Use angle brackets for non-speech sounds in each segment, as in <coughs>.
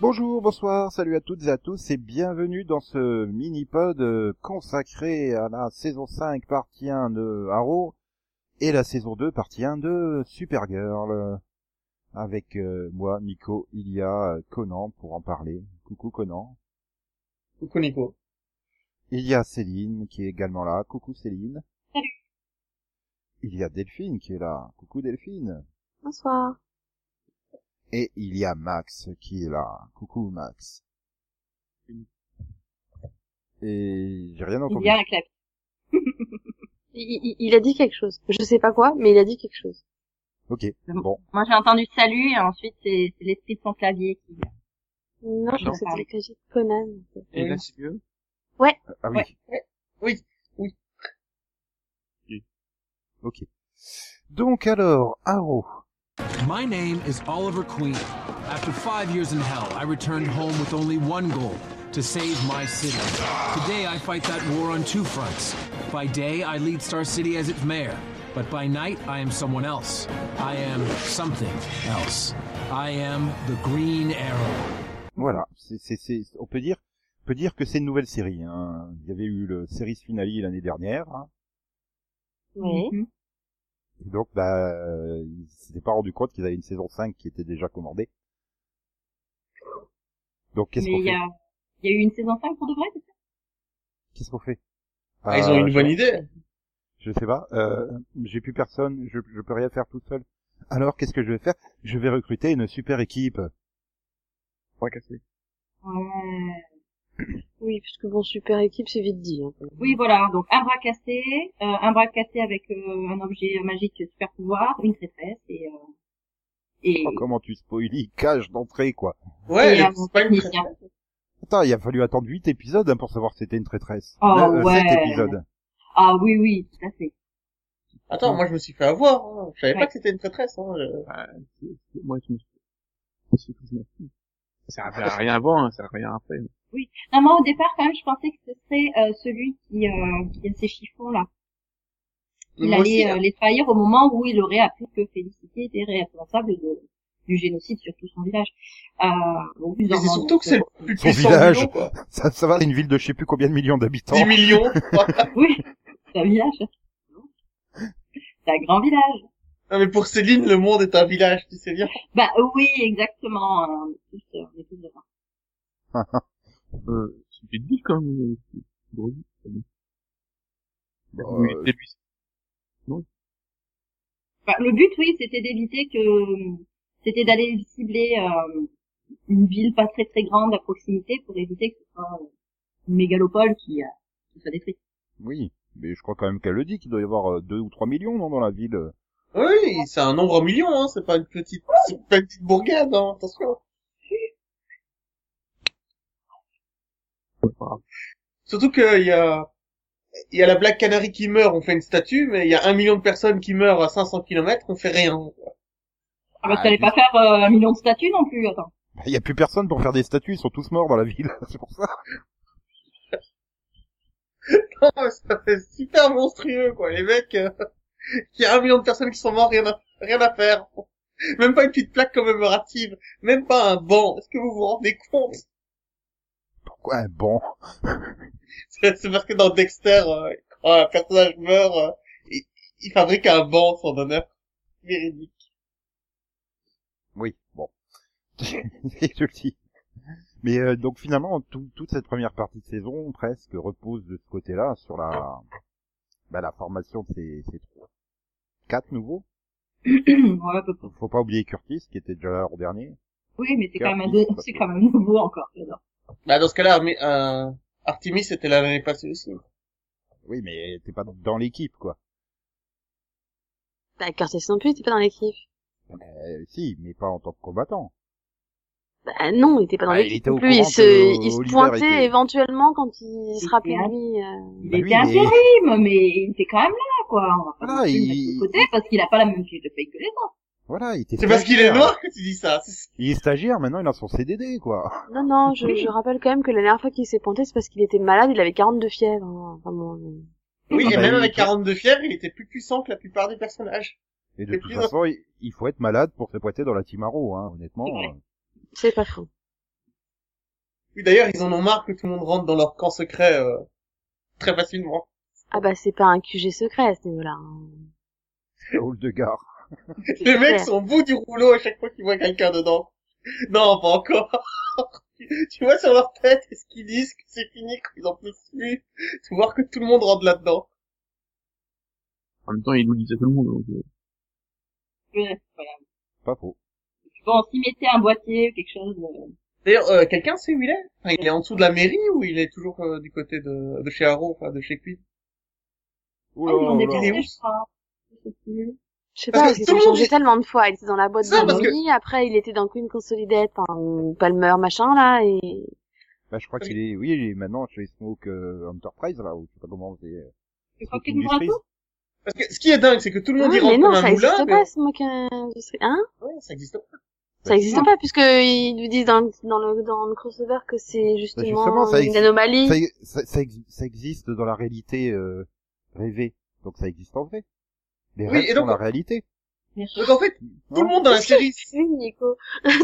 Bonjour, bonsoir, salut à toutes et à tous et bienvenue dans ce mini-pod euh, consacré à la saison 5 partie 1 de Arrow et la saison 2 partie 1 de Supergirl. euh, Avec euh, moi, Nico, Ilia, euh, Conan pour en parler. Coucou Conan. Coucou Nico. Il y a Céline qui est également là. Coucou Céline. Salut. Il y a Delphine qui est là. Coucou Delphine. Bonsoir. Et il y a Max qui est là. Coucou Max. Et j'ai rien Il entendu. y a un clap. Il, il- il a dit quelque chose. Je sais pas quoi, mais il a dit quelque chose. Ok, Donc- bon. Moi j'ai entendu salut et ensuite c'est c'est l'esprit de son clavier qui... Non, je Non. crois que c'était le clavier de Conan. Et là, c'est mieux Ah oui. Ouais. Oui, oui. Oui. Ok. Donc alors, Arrow. My name is Oliver Queen. After five years in hell, I returned home with only one goal to save my city. Today, I fight that war on two fronts. By day, I lead Star City as its mayor, but by night, I am someone else. I am something else. I am the Green Arrow. Voilà. C'est, c'est, c'est, on peut dire, on peut dire que c'est une nouvelle série. Hein. Il y avait eu le série finale l'année dernière. Hein. Oui. Mhm. Et donc, bah, euh, ils s'étaient pas rendu compte qu'ils avaient une saison 5 qui était déjà commandée. Donc, qu'est-ce Mais qu'on il y fait a... il y a eu une saison 5 pour de vrai c'est ça Qu'est-ce qu'on fait Ah, ils ont Euh, une bonne idée. Je sais pas. Euh, j'ai plus personne. Je, je peux rien faire tout seul. Alors, qu'est-ce que je vais faire Je vais recruter une super équipe. Ouais. Oui, parce que bon, super équipe, c'est vite dit. hein. Oui voilà, donc un bras cassé, euh, un bras cassé avec euh, un objet magique super pouvoir, une traîtresse et... euh, et... Oh, comment tu spoilies Cage d'entrée, quoi. Ouais, et un c'est pas une technicien. Attends, il a fallu attendre 8 épisodes hein, pour savoir que c'était une traîtresse. Oh, Neuf- euh, ouais. sept épisodes. Ah oui oui, tout à fait. Attends, moi je me suis fait avoir. Hein. Je savais Ouais. pas que c'était une traîtresse. Hein. je- Moi, je me suis- je me suis pris ma fille. Ça servait à rien avant, hein, ça revient après. Non moi au départ quand même je pensais que ce serait euh, celui qui, euh, qui a ses chiffons là. Il Moi allait aussi, euh, hein. les trahir au moment où il aurait appris que Félicité était responsable de- du génocide sur tout son village. Euh, au plus Mais c'est normand, surtout donc, que c'est euh, le plus Son puissant village. du lot, quoi. Ça, ça va, c'est une ville de je sais plus combien de millions d'habitants. 10 millions. <laughs> Oui, c'est un village. C'est un grand village. <laughs> non, mais pour Céline, le monde est un village, tu sais bien. Bah oui, exactement. hein, On est tous, euh, on est tous d'accord. Euh, c'était dit quand même. euh, gros dit, quand même. Bon, Oui, euh, début. Enfin, le but, oui, c'était d'éviter que... euh, C'était d'aller cibler euh, une ville pas très très grande à proximité pour éviter que ce soit euh, une mégalopole qui, euh, qui soit détruite. Oui, mais je crois quand même qu'elle le dit qu'il doit y avoir euh, deux ou trois millions non, dans la ville. Oui, c'est un nombre en millions, hein. C'est pas une petite, c'est pas une petite bourgade, hein. Attention. Ouais, pas grave. Surtout qu'il y a, il y a la Black Canary qui meurt, on fait une statue, mais il y a un million de personnes qui meurent à 500 km, on fait rien. Ah, bah, Ah, t'allais puis- pas faire euh, un million de statues non plus, attends. <clears throat> Bah, Il y a plus personne pour faire des statues, ils sont tous morts dans la ville. <laughs> c'est pour ça. Non, mais Oh, ça fait super monstrueux, quoi. Les mecs, euh, <laughs> il y a un million de personnes qui sont mortes, rien à, rien à faire. Même pas une petite plaque commémorative, même pas un banc. Est-ce que vous vous rendez compte <laughs> Pourquoi un banc C'est c'est parce que dans Dexter, euh, quand un personnage meurt, euh, il, il fabrique un banc en son honneur. Véridique. Oui, bon. <laughs> je le dis. Mais euh, donc finalement, tout- toute cette première partie de saison presque repose de ce côté-là sur la, bah, la formation de ces, ces trois, quatre nouveaux. ouais, à peu près. Faut pas oublier Curtis qui était déjà là l'an dernier. Oui, mais c'est quand même un Curtis, deux- parce c'est que- quand même nouveau encore. j'adore. Bah, dans ce cas-là, Armi- euh, Artemis était là l'année passée aussi. Oui, mais t'es pas dans l'équipe quoi. Bah, Curtis non plus, il était pas dans l'équipe. Euh, si, mais pas en tant que combattant. Bah, non, il était pas dans Bah, il l'équipe. était au non plus, courant il se, que il se Oliver pointait était- éventuellement quand il se Il rappelait était de lui. euh, Il Bah était oui, mais- intérim, mais il était quand même là, quoi. On va pas Voilà, non plus le il- mettre de côté parce qu'il a pas la même fiche de paye que les autres. Voilà, il était. C'est parce qu'il est stagiaire. noir que tu dis ça. C'est- Il est stagiaire, maintenant il a son CDD quoi. Non, non, je, Oui. je rappelle quand même que la dernière fois qu'il s'est pointé, c'est parce qu'il était malade, il avait 42 fièvres. hein. Enfin, bon, euh, Oui, Ah et bah, même il- avec 42 fièvres, il était plus puissant que la plupart des personnages. Et de C'est toute plus- <laughs> façon, il- il faut être malade pour se pointer dans la Timaro, hein, honnêtement. C'est vrai. c'est pas faux. Oui, d'ailleurs, ils en ont marre que tout le monde rentre dans leur camp secret euh, très facilement. Ah bah c'est pas un QG secret à ce niveau-là. <laughs> hein. Hall de gare. Les mecs sont au bout du rouleau à chaque fois qu'ils voient quelqu'un dedans. <laughs> Non, pas encore. <laughs> tu vois sur leur tête est-ce qu'ils disent que c'est fini, qu'ils en peuvent plus, de voir que tout le monde rentre là-dedans. En même temps, ils nous disent à tout le monde. Donc, euh, Ouais, voilà. Pas faux. Bon, s'ils mettaient un boîtier ou quelque chose, euh, D'ailleurs, euh, quelqu'un sait où il est Enfin, Il est en dessous de la mairie ou il est toujours euh, du côté de, de chez Haro, enfin de chez Quid Oh ah, ils l'ont là. déplacé, je crois. Je sais plus. Je sais Parce pas, que parce qu'ils tout ont le monde changé dit- tellement de fois. Il était dans la boîte de Ça, parce que- Bonnie, après il était dans Queen Consolidate, enfin, ou Palmer, machin, là, et... Bah, je crois qu'il est, oui, il est maintenant chez Smoke euh, Enterprise, là, ou je sais pas comment c'est. euh, Je crois Smoke qu'il ouvre un Industries. peu. Parce que ce qui est dingue, c'est que tout le Ah, monde y mais rentre non, comme un ça moulin, existe mais pas, ce moque industrie. Hein? Bah, ouais, ça existe pas. Ça existe pas, puisque ils nous disent dans, le- dans le, dans le crossover que c'est justement, Bah, justement, ça une existe. anomalie. Ça, ça, ça ex- ça existe dans la réalité euh, rêvée, donc ça existe en vrai. Les Oui, rêves et sont donc- la réalité. Donc en fait, tout le monde dans la série, Oui, Nico. <laughs> mais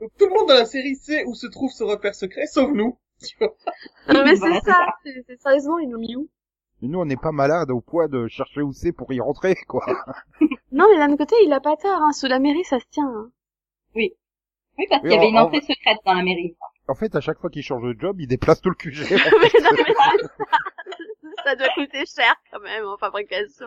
donc, tout le monde dans la série sait où se trouve ce repère secret, sauf nous. Tu vois <laughs> mais Voilà, c'est c'est ça, c'est c'est- sérieusement, ils nous mis où Mais nous, on n'est pas malade au point de chercher où c'est pour y rentrer, <laughs> quoi. Non, mais d'un autre côté, il a pas tort, hein. Sous la mairie, ça se tient, hein. <laughs> Oui, parce qu'il Oui, y avait en- une entrée secrète dans la mairie. En fait, à chaque fois qu'il change de job, il déplace tout le QG. <laughs> mais non, mais ça, ça doit coûter cher, quand même, en fabrication.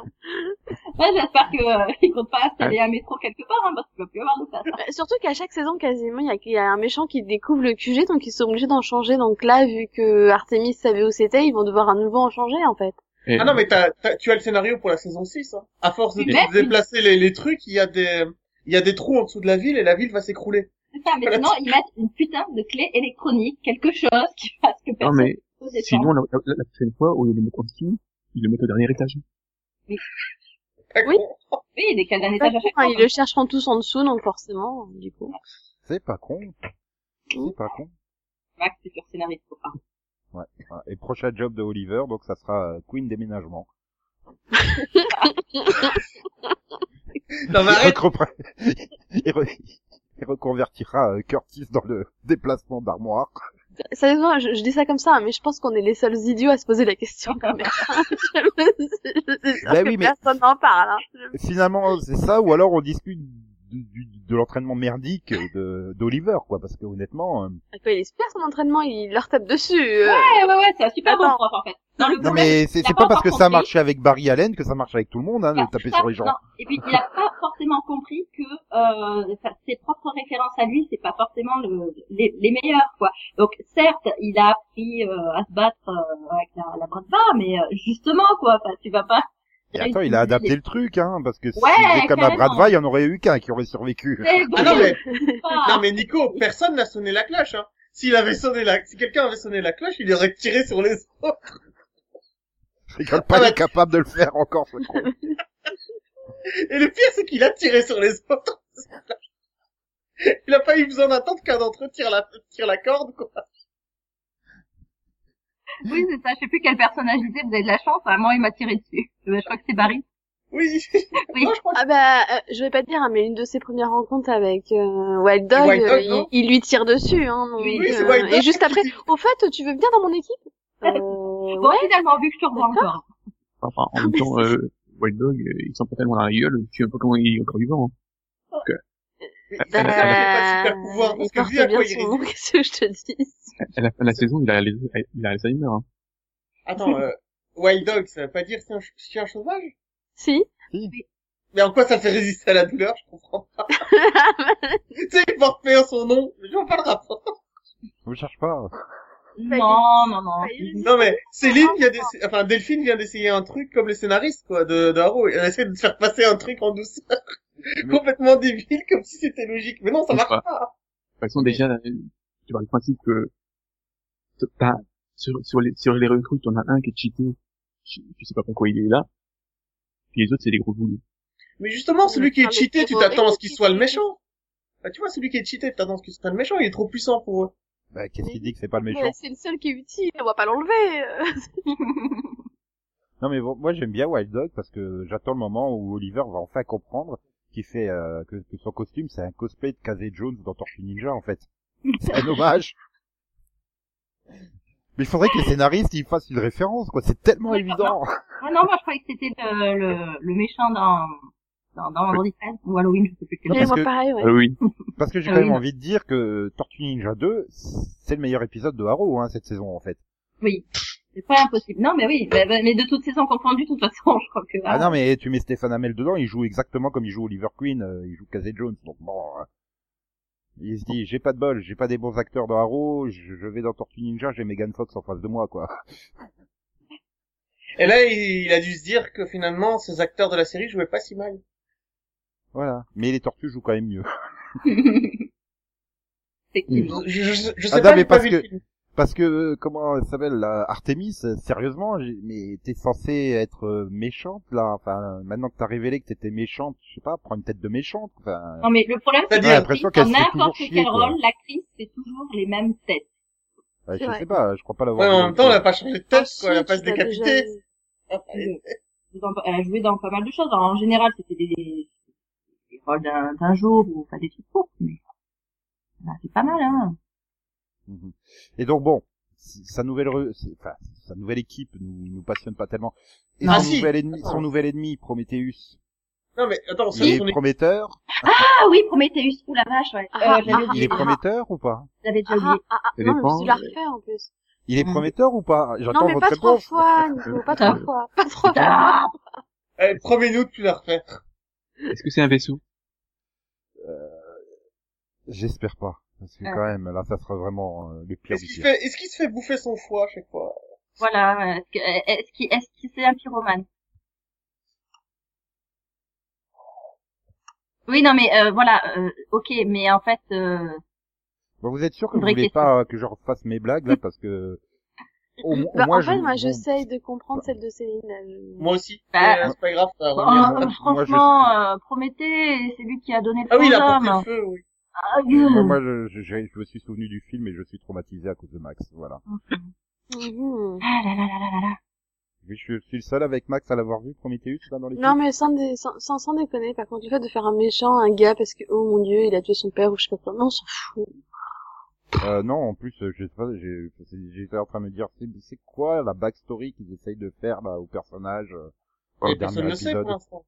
Ouais, j'espère que euh, <laughs> ils comptent pas installer un métro quelque part, hein, parce qu'il va plus y avoir de place. Bah, Surtout qu'à chaque saison, quasiment, il y a, il y a un méchant qui découvre le QG, donc ils sont obligés d'en changer. Donc là, vu que Artemis savait où c'était, ils vont devoir à nouveau en changer, en fait. et- Ah non, mais t'as, t'as- tu as le scénario pour la saison 6. Hein. À force de Mais- de déplacer les, les trucs, il y a des il y a des trous en dessous de la ville et la ville va s'écrouler. C'est ça, mais sinon ils mettent une putain de clé électronique, quelque chose qui fasse que Non, personne mais ne se détende. sinon, la, la, la prochaine fois, où il le met en dessous, il le met au dernier étage. T'as Oui. con Oui, il est qu'à un étage à chaque fois. Enfin, hein. ils le chercheront tous en dessous, donc forcément, du coup. C'est pas con. C'est pas con. Max, c'est sur scénariste, faut pas. Voilà. Et prochain job de Oliver, donc ça sera euh, Queen Déménagement. Non, mais il, arrête. recopre- <laughs> il re- il reconvertira euh, Curtis dans le déplacement d'armoire. Sérieusement, je, je dis ça comme ça, mais je pense qu'on est les seuls idiots à se poser la question, quand même. <laughs> je me- je suis sûre Bah que oui, mais- personne n'en parle, hein. Je- Finalement, c'est ça, ou alors on discute du- du- de l'entraînement merdique de- d'Oliver, quoi, parce que honnêtement, euh, À Ah, quoi il est super son entraînement, il leur tape dessus. euh. Ouais, ouais, ouais, c'est un super bon Attends. prof, en fait. Non, le Non problème, mais c'est il a c'est pas pas parce que encore ça a compris. marché avec Barry Allen que ça marche avec tout le monde, hein, Bah, de taper ça, sur les gens. non. Et puis, il a pas forcément compris que euh, sa- ses propres références à lui, c'est pas forcément le, les, les meilleures, quoi. Donc, certes, il a appris euh, à se battre euh, avec la, la bras de barre, mais euh, justement, quoi, enfin, tu vas pas... Et attends, il a adapté le truc, hein, parce que si Ouais, c'était comme à carrément. Bradva, il y en aurait eu qu'un qui aurait survécu. <laughs> C'est Ah non, mais, pas- non, mais Nico, personne n'a sonné la cloche. Hein. S'il avait sonné la, si quelqu'un avait sonné la cloche, il aurait tiré sur les autres. Je rigole pas, Ah il bah- est capable de le faire encore, ce con. Et le pire, c'est qu'il a tiré sur les autres. Il a pas eu besoin d'attendre qu'un d'entre eux tire la, tire la corde, quoi. Oui, c'est ça. Je sais plus quel personnage il était. Vous avez de la chance. hein. Moi, il m'a tiré dessus. Euh, Je crois que c'est Barry. <laughs> Oui. Oui. Non, je crois que- Ah bah, euh, je vais pas te dire, hein, mais une de ses premières rencontres avec euh, Wild Dog, Wild Dog, euh, il- non il, lui tire dessus. Hein, donc, Oui, oui, c'est euh, Wild Dog et juste qui après, dit- au fait, tu veux bien dans <laughs> mon équipe euh, Bon, Ouais. finalement, vu que je te revois encore. Enfin, en même temps, euh, Wild Dog, euh, il s'en prend tellement dans la gueule, tu sais pas comment il est encore vivant. hein. Mais Euh, il a pas de super pouvoir, Bah, Euh, il parce que porte vu à bien quoi il son résiste. nom, <laughs> qu'est-ce que je te dis À la fin de la saison, il a, les, il a Alzheimer. Hein. Attends, euh, Wild Dog, ça veut pas dire c'est un ch- chien sauvage? Si Mais en quoi ça fait résister à la douleur, je comprends <laughs> pas. tu sais, il porte bien son nom, mais je vois pas le rapport. Je cherche pas. Non, non, Ah, non. Non mais, Céline vient d'essayer, enfin Delphine vient d'essayer un truc comme les scénaristes, quoi, de, de Haro. Elle essaie de faire passer un truc en douceur, complètement débile, comme si c'était logique. Mais non, ça Je sais marche pas. De toute façon, déjà, euh, tu parles du principe que t'as, sur, sur, les, sur les recrues, t'en as un qui est cheaté, je, je sais pas pourquoi il est là, puis les autres, c'est des gros voulous. Mais justement, celui qui est Ah, mais cheaté, c'est tu mauvais, t'attends à ce qu'il c'est soit le cheaté. méchant. Bah, tu vois, celui qui est cheaté, tu t'attends à ce qu'il soit le méchant, il est trop puissant pour eux. Bah, qu'est-ce qu'il dit que c'est pas le méchant Mais C'est le seul qui est utile, on va pas l'enlever. euh. <laughs> Non mais bon, moi j'aime bien Wild Dog parce que j'attends le moment où Oliver va enfin comprendre qu'il fait euh, que, <laughs> que son costume c'est un cosplay de Casey Jones dans Tortue Ninja en fait. C'est un hommage. Mais il faudrait que les scénaristes ils fassent une référence, quoi. C'est tellement évident. Ah non, moi je croyais que c'était le, le, le méchant dans dans, dans Vendredi 13 ou Halloween, je sais plus quel. Et parce moi que- pareil, ouais. Halloween. Parce que j'ai Ah quand même oui. envie de dire que Tortue Ninja 2, c'est le meilleur épisode de Haro, hein, cette saison, en fait. Oui, c'est pas impossible. Non, mais oui, bah, bah, mais de toutes saisons confondues, de toute façon, <laughs> je crois que. Ah, Hein non, mais tu mets Stéphane Hamel dedans, il joue exactement comme il joue Oliver Queen, euh, il joue Casey Jones, donc bon... hein. Il se dit, j'ai pas de bol, j'ai pas des bons acteurs dans Haro, je, je vais dans Tortue Ninja, j'ai Megan Fox en face de moi, quoi. <laughs> Et là, il, il a dû se dire que finalement, ces acteurs de la série jouaient pas si mal. Voilà. Mais les tortues jouent quand même mieux. <laughs> <laughs> Effectivement. Je, je, je sais Ah non, pas, mais j'ai pas parce vu le que- film. Parce que, euh, comment elle s'appelle, là, Artemis, euh, sérieusement, j'ai- mais t'es censé être euh, méchante, là, enfin, maintenant que t'as révélé que t'étais méchante, je sais pas, prends une tête de méchante, enfin... Non, mais le problème, c'est T'as que bien l'impression dans qu'elle se fait toujours n'importe chier, quel quoi. rôle, l'actrice fait toujours les mêmes têtes. Ouais, C'est je vrai. sais pas, je crois pas Ouais, l'avoir. mais vu en dans le même temps, film. elle a pas changé de tête, quoi. Elle a Ah, pas si, se tu l'as déjà décapitée. vu. Ah, et- Dans- Euh, Elle a joué dans pas mal de choses. Alors, en général, c'était des, des rôles d'un d'un jour ou enfin des trucs courts, mais bah, c'est pas mal, hein. Mhm. Et donc bon, si- sa nouvelle, re- c'est- enfin, sa nouvelle équipe nous, nous passionne pas tellement. Et Ah, son, si. nouvel ennemi, son Attends. nouvel ennemi, Prometheus, Non, mais attends, il c'est est son équipe. prometteur. Ah oui, Prometheus, ou la vache, ouais. Ah, euh, j'avais ah, Il est oublié, ah, prometteur ou pas j'avais déjà Ah, oublié. ah, ah, ah, Ça non, mais dépend, tu l'as mais- refait en plus. Il est Mhm. prometteur ou pas Mm. Non, J'attends mais votre pas trois réponse. fois, Nico, pas trois fois, pas trois fois. Ah, Eh, Promets-nous de plus la refaire. Est-ce que c'est un vaisseau J'espère pas. Parce que Ah. quand même, là, ça sera vraiment euh, le pire Est-ce du qu'il se pire. fait, est-ce qu'il se fait bouffer son foie à chaque fois? Bah, Voilà, est-ce que- est-ce qu'il est qu'il c'est un pyromane Oui, non, mais euh, voilà, euh, ok, mais en fait, euh, Bon, vous êtes sûr que vous Vraie voulez question. pas euh, que je refasse mes blagues là parce que au, au Bah, moins en fait, je, moi, vous- j'essaye de comprendre celle de Céline. là, je- Moi aussi. Bah, Euh, c'est pas grave, ça. oh, revient. moi, franchement, euh, Prométhée, c'est lui qui a donné le Ah oui, il a porté fantôme. le feu, oui. Ah, gueule. Mm. moi, moi, je, je, je- je me suis souvenu du film et je suis traumatisé à cause de Max. Voilà. Mhm. Ah là là là là là là. Je suis je suis le seul avec Max à l'avoir vu Prometheus là dans les Non, mais sans, dé- sans, sans, sans déconner, par contre, le fait de faire un méchant, un gars, parce que, oh mon dieu, il a tué son père, ou je sais pas quoi, non, on s'en fout. Euh, non, en plus, euh, je sais pas, j'ai- c'est- j'étais en train de me dire, c'est c'est quoi la backstory qu'ils essayent de faire là au personnage euh, dans Mais le dernier personne ne sait épisode pour l'instant.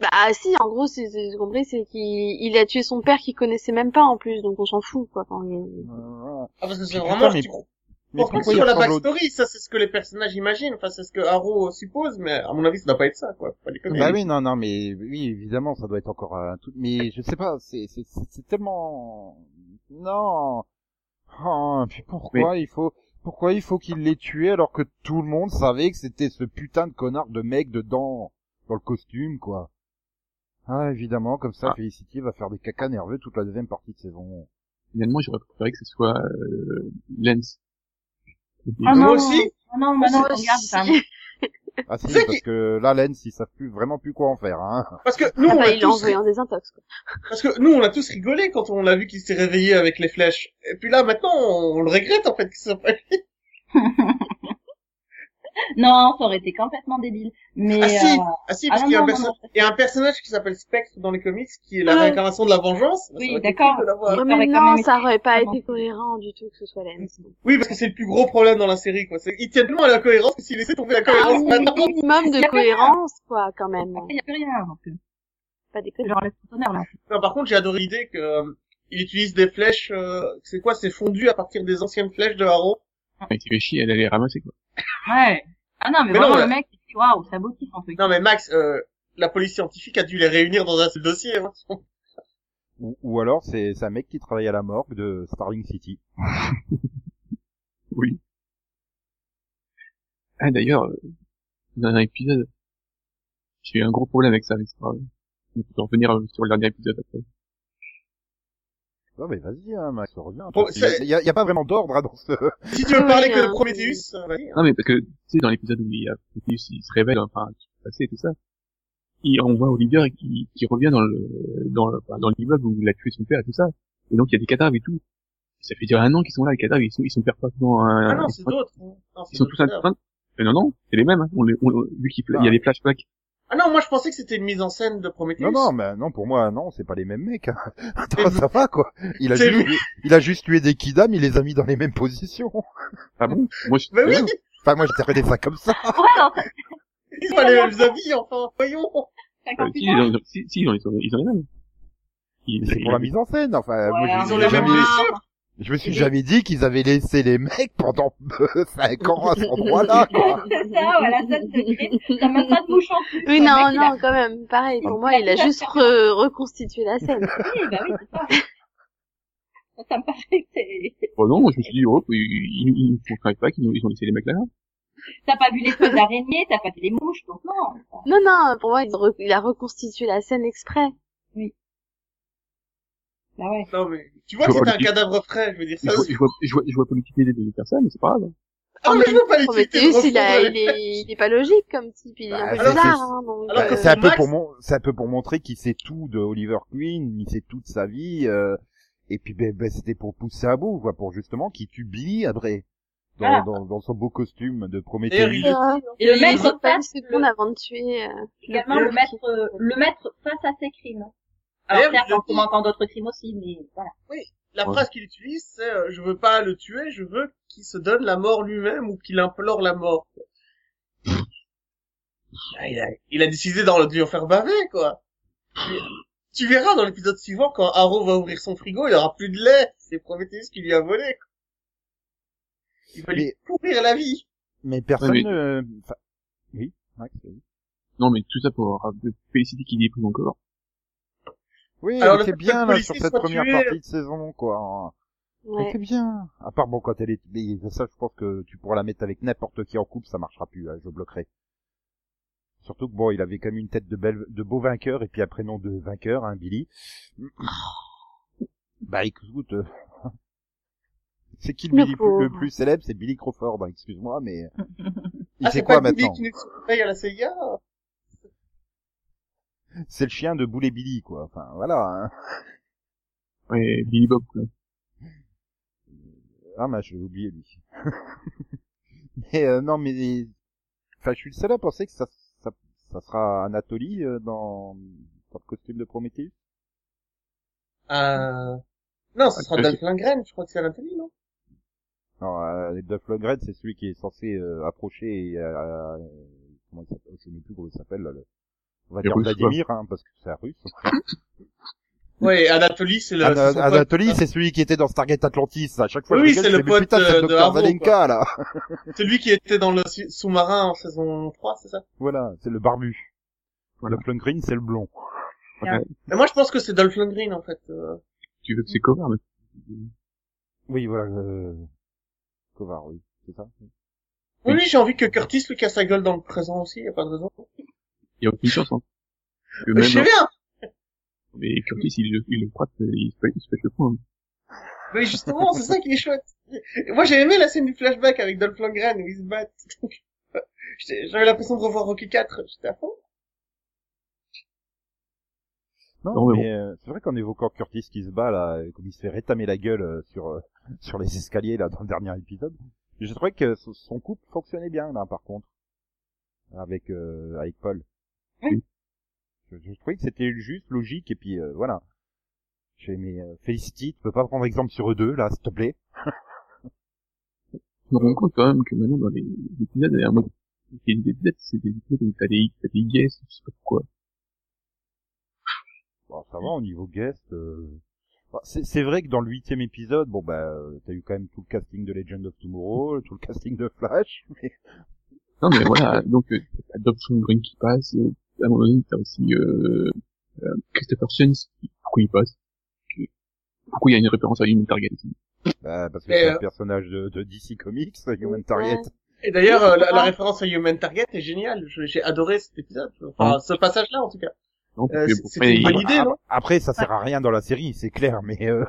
Bah, si, en gros, c'est, c'est- j'ai compris, c'est qu'il il a tué son père qu'il connaissait même pas, en plus, donc on s'en fout, quoi. Enfin, je- Euh, Ah, parce que c'est Putain, vraiment, mais- je crois Mais pas pourquoi il sur la ressemble au- backstory, ça, c'est ce que les personnages imaginent, enfin, c'est ce que Arrow suppose, mais à mon avis, ça doit pas être ça, quoi. Faut Pas déconner. Bah oui, non, non, mais oui, évidemment, ça doit être encore euh, un tout. Mais je sais pas, c'est c'est- c'est- c'est tellement non. Oh, puis pourquoi il faut pourquoi il faut qu'il l'ait tué alors que tout le monde savait que c'était ce putain de connard de mec dedans dans le costume quoi. Ah évidemment, comme ça, Ah. Felicity va faire des cacas nerveux toute la deuxième partie de saison. Finalement, j'aurais préféré que ce soit euh, Lens. Moi Ah non, aussi. ah non, bah non, Moi regarde, aussi. ça. Bah, Ah si, C'est parce que là, Lens, ils savent plus vraiment plus quoi en faire. Hein. Parce que nous, Ah on bah, a il l'a tous, envoyé en désintox, quoi. parce que nous, on a tous rigolé quand on l'a vu qu'il s'est réveillé avec les flèches. Et puis là, maintenant, on le regrette, en fait, que ce soit pas lui. Non, ça aurait été complètement débile. Mais Ah si, euh, ah si, ah parce non, qu'il y a un non, non, perso- non. Ah. il y a un personnage qui s'appelle Spectre dans les comics, qui est la Ouais. réincarnation de la vengeance. Ça Oui, aurait été d'accord. cool de l'avoir. Ouais, Oh, mais mais quand non, même, ça aurait pas exactement. été cohérent du tout que ce <laughs> soit Lens. Oui, parce que c'est le plus gros problème dans la série, quoi. C'est- Il tient tellement à la cohérence que s'il laissait tomber Ah la Un cohérence maintenant. minimum Y de a pas- cohérence, quoi, quand même. après, il n'y a plus rien. Donc, euh, Pas c'est déconner. genre le honneur, là. Non, par contre, j'ai adoré l'idée que euh, il utilise des flèches, euh, c'est quoi, c'est fondu à partir des anciennes flèches de Haro. Il s'est fait chier, elle allait les ramasser, quoi. Ouais. Ah non, mais, Mais non, vraiment, ouais. le mec, il dit, waouh, ça beau son truc. Non, mais Max, euh, la police scientifique a dû les réunir dans un seul dossier. hein. <laughs> Ou, ou alors c'est c'est un mec qui travaille à la morgue de Starling City. Ah, d'ailleurs, euh, dans un épisode, j'ai eu un gros problème avec ça, mais c'est pas grave. On peut en revenir euh, sur le dernier épisode après. Non mais vas-y, hein, Max, reviens. Bon, Il c'est- y, a- y a pas vraiment d'ordre hein, dans ce... Si tu veux Ah Oui, parler que euh, hein. de Prometheus, euh, vas-y. Non, mais parce que, tu sais, dans l'épisode où il, y a, Prometheus, il se révèle, enfin, tout passé et tout ça, il, on voit Oliver qui, qui revient dans le, dans le, enfin, dans l'immeuble où il a tué son père et tout ça. Et donc, il y a des cadavres et tout. Ça fait déjà un an qu'ils sont là, les cadavres, ils sont, ils sont parfaitement, euh, Ah non, ils c'est sont- d'autres. Non, c'est ils sont d'autres tous en Euh, cadavres. train de- Mais non, non, c'est les mêmes, hein. on, les- on- vu qu'il il y a des flashbacks. Ah non, moi je pensais que c'était une mise en scène de Prometheus. Non, non, mais non, pour moi, non, c'est pas les mêmes mecs. hein. <laughs> Attends, Mais- ça va, quoi. Il a, C'est juste, il a juste tué des kidam, il les a mis dans les mêmes positions. Ah bon Moi, je... Bah oui, Ouais. Enfin, moi, j'interprétais ça comme ça. Ouais, non, ça- <laughs> ils ont pas les mêmes habits, enfin, voyons. ça Euh, Ah, compte si, pas. ils ont- si, si, ils ont, ils ont, ils ont les mêmes. Ils, C'est pour la mise en scène, enfin. moi, Ouais, hein. je, Ils ont me les suis mêmes jamais, blessures. je me suis Et- jamais dit qu'ils avaient laissé les mecs pendant <laughs> 5 ans à cet <laughs> endroit-là, quoi. C'est ça, voilà, ça, c'est secret. T'as même pas de mouche en plus. Bah, Oui, Le non, mec, il a- non, quand même. Pareil, pour moi, Il a il a tout à juste fait re- reconstitué <laughs> la scène. Oui, bah oui, c'est ça. Ça, Ça me paraît que c'est... Oh non, moi, je me suis dit, oh, ils, ils, ils, ils font travail pas, qu'ils ont- ils ont laissé les mecs là. T'as pas vu les feux d'araignée, t'as pas vu les mouches, donc non. Non, non, pour moi, il, re- il a reconstitué la scène exprès. Bah ouais. Non mais, tu vois Je que vois c'était pas un le- cadavre frais, je veux dire Je ça. vois, je vois, je vois, je vois pas l'utilité des deux personnes, mais c'est pas grave. Ah mais je vois pas l'utilité de Prometheus, il, a, refondre il, est, il est pas logique comme type, il est Bah, un peu alors que- bizarre. Hein, donc, alors Bah, que c'est un peu Max- pour mon, c'est un peu pour montrer qu'il sait tout de Oliver Queen, il sait toute sa vie, euh, et puis ben, ben, c'était pour pousser à bout, quoi, pour justement qu'il tue Billy après, dans, Ah. dans, dans son beau costume de D'ailleurs, Prometheus. il- Et le il maître hésite pas une passe seconde avant de tuer. euh, Également le mettre, euh, le mettre face à ses crimes. Alors D'ailleurs, certes, Eh, je- en commentant d'autres crimes aussi, mais voilà. La Ouais. phrase qu'il utilise, c'est euh, je veux pas le tuer, je veux qu'il se donne la mort lui-même ou qu'il implore la mort. Ah, il, a, il a décidé d'en lui en faire baver, quoi. Tu- Tu verras dans l'épisode suivant, quand Arrow va ouvrir son frigo, il aura plus de lait. C'est Prometheus qui lui a volé. quoi. Il va lui Mais- pourrir la vie. Mais personne, Oui, euh, enfin, oui, Max, oui. Non, mais tout ça pour euh, féliciter qu'il est plus encore. Oui, Alors, elle le était fait que bien le là, policier sur cette soit première tué- partie de saison, quoi. Elle Ouais. était bien. À part bon quand elle est, mais ça, je pense que tu pourras la mettre avec n'importe qui en couple, ça marchera plus. hein, je bloquerai. Surtout que bon, il avait quand même une tête de belle, de beau vainqueur et puis un prénom de vainqueur, hein, Billy. bah écoute, euh, <laughs> c'est qui le, Le Billy plus, le pauvre. plus célèbre C'est Billy Crawford. hein, Excuse-moi, mais il Ah, sait c'est quoi pas Billy maintenant qui nous surveille à la CIA C'est le chien de Boulet Billy, quoi. Enfin voilà. hein. Ouais, Billy Bob, quoi. Ah, mais je l'ai oublié, lui. <laughs> mais euh, non, mais... Enfin, je suis le seul à penser que ça, ça, ça sera Anatoly euh, dans... dans le costume de Prometheus. Euh... Non, ce Ah, sera euh, je- Dolph Lundgren, je crois que c'est à l'atelier, non Non, euh, Duff Lundgren, c'est celui qui est censé euh, approcher... et, euh, euh, comment il s'appelle Je ne sais plus comment il s'appelle, là. Le... On va Les dire Russes, Vladimir, hein, parce que c'est un russe. Ouais, Anatoly, c'est le... Ana- c'est son pote. Anatoly, c'est celui qui était dans Stargate Atlantis. À chaque fois, Oui, je regarde, c'est je le fais, mais pote, putain, c'est euh, de docteur Arrow, Valenka, là. <laughs> Celui qui était dans le su- sous-marin en saison 3, c'est ça voilà, c'est le barbu. Voilà. Le Lundgren, c'est le blond. Mais Moi, je pense que c'est Dolph Lundgren, en fait. euh. Tu veux que c'est cover, mais... Oui, voilà. Euh... Kovar, oui, c'est ça Oui, oui, j'ai envie que Curtis lui casse la gueule dans le présent aussi, y a pas de raison. Il y a aucune chance, hein. Que je sais même, hein, bien mais Curtis, il le, il le croit, il se fait, il se fait le point. hein. Mais justement, c'est ça qui est chouette. Moi, j'ai aimé la scène du flashback avec Dolph Lundgren, où ils se battent. <laughs> Donc, j'étais- J'avais l'impression de revoir Rocky 4, j'étais à fond. Non, Non, mais mais, euh, c'est vrai qu'en évoquant Curtis qui se bat là, euh, comme il se fait rétamer la gueule euh, sur euh, <laughs> sur les escaliers là dans le dernier épisode, j'ai trouvé que son- son couple fonctionnait bien là par contre avec euh, avec Paul. Oui. Je, je trouvais que c'était juste logique et puis euh, voilà. J'ai mais euh, Felicity, tu peux pas prendre exemple sur eux deux là, s'il te plaît. Je me rends compte quand même que maintenant, dans les les épisodes, il y a un mode, il y a des épisodes, c'est des épisodes où t'as des, t'as des guests, je sais pas pourquoi. Bon, ça va au niveau guest. euh, bah, c'est c'est vrai que dans le huitième épisode, bon bah euh, t'as eu quand même tout le casting de Legend of Tomorrow, tout le casting de Flash. <laughs> mais- Non, mais voilà, donc, euh, t'as Dobson Green qui passe, euh, à un moment donné, t'as aussi, euh, euh, Christopher Jones, qui- pourquoi il passe? Pourquoi il y a une référence à Human Target ici? Bah, parce que Mais, c'est un euh, personnage de, de DC Comics, Human Ouais. Target. Et d'ailleurs, euh, la, la Ah. référence à Human Target est géniale. Je- J'ai adoré cet épisode. Enfin, ce passage-là, en tout cas. Non, Euh, parce c'est- que, bon, c'est mais une il- bonne idée, Ah, non Après, ça sert à rien dans la série, c'est clair, mais euh,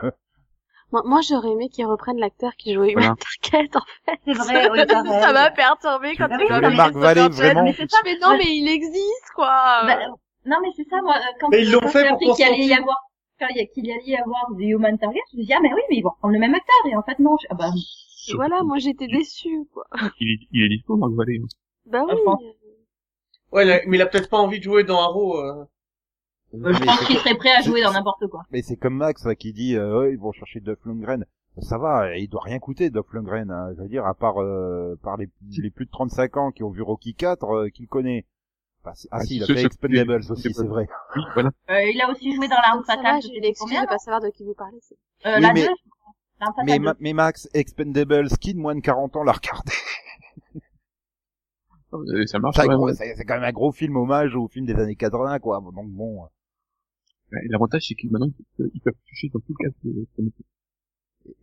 Moi, moi, j'aurais aimé qu'ils reprennent l'acteur qui jouait Voilà. Human Target, en C'est vrai, <laughs> oui, fait. ça m'a pareil. perturbé quand Tu- tu tu vois voulais dans Marc Christopher Vallée, Jones. vraiment Mais c'est ça, mais non, mais il existe, quoi. Bah, non, mais c'est ça, moi, euh, quand, Mais ils l'ont quand fait j'ai pour appris qu'il allait y Constantine. avoir, quand il y a- qu'il allait y avoir du Human Target, je me suis dit, ah, mais oui, mais ils vont prendre le même acteur, et en fait, non, je, ah, bah, Et voilà, moi, j'étais déçue, quoi. il, est- il est dispo, Marc Vallée. hein. Bah Enfin. oui. Ouais, là, mais il a peut-être pas envie de jouer dans Arrow. euh. Mais Euh, je pense c'est- qu'il serait prêt à jouer dans n'importe quoi. Mais c'est comme Max là, qui dit euh, Ouais, ils vont chercher Duff Lundgren. Ça va, il doit rien coûter Duff Lundgren. hein. je veux dire, à part euh, par les, les plus de 35 ans qui ont vu Rocky 4, qu'il connaît. Enfin, c'est- ah, Ah, si, il a ce- fait ce- Expendables c'est- aussi, c'est- c'est vrai. Oui, voilà. Euh, il a aussi joué dans l'arme Donc Ah, ça va, bah. fatale. je je vais sais plus l'excuser de combien, pas savoir de qui vous parlez. c'est- Euh, Oui, la mais- deux, je crois. L'arme fatale Mais, deux. Ma- mais Max, Expendables, qui de moins de 40 ans l'a regardé Euh, ça <laughs> marche. C'est un ouais, gros- ouais. C'est c'est quand même un gros film hommage au film des années 80, quoi. Donc bon, Ouais, L'avantage, c'est que maintenant, ils peuvent- ils peuvent toucher dans tout le cas. euh, de- de-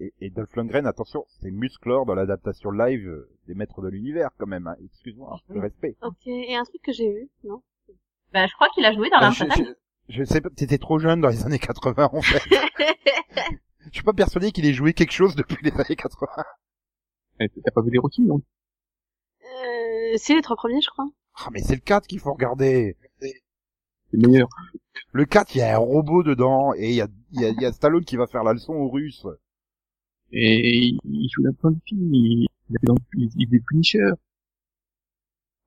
et, et Dolph Lundgren, attention, c'est musclore dans l'adaptation live euh, des Maîtres de l'Univers, quand même. hein. Excuse-moi, le respect. Ok, et un truc que j'ai vu, non Bah, je crois qu'il a joué dans Bah, l'arme je, fatale. je- je sais pas, t'étais trop jeune dans les années 80, en fait. <laughs> Je suis pas persuadé qu'il ait joué quelque chose depuis les années 80. Ouais, T'as pas vu les hein. Rocky, non Euh, c'est les trois premiers, je crois. <laughs> Ah, mais c'est le 4 qu'il faut regarder. C'est meilleur. Le 4, il y a un robot dedans, et il y a, il y a, il y a Stallone qui va faire la leçon aux Russes. Et il- il joue dans plein de films. Il il a fait dans il il est Punisher.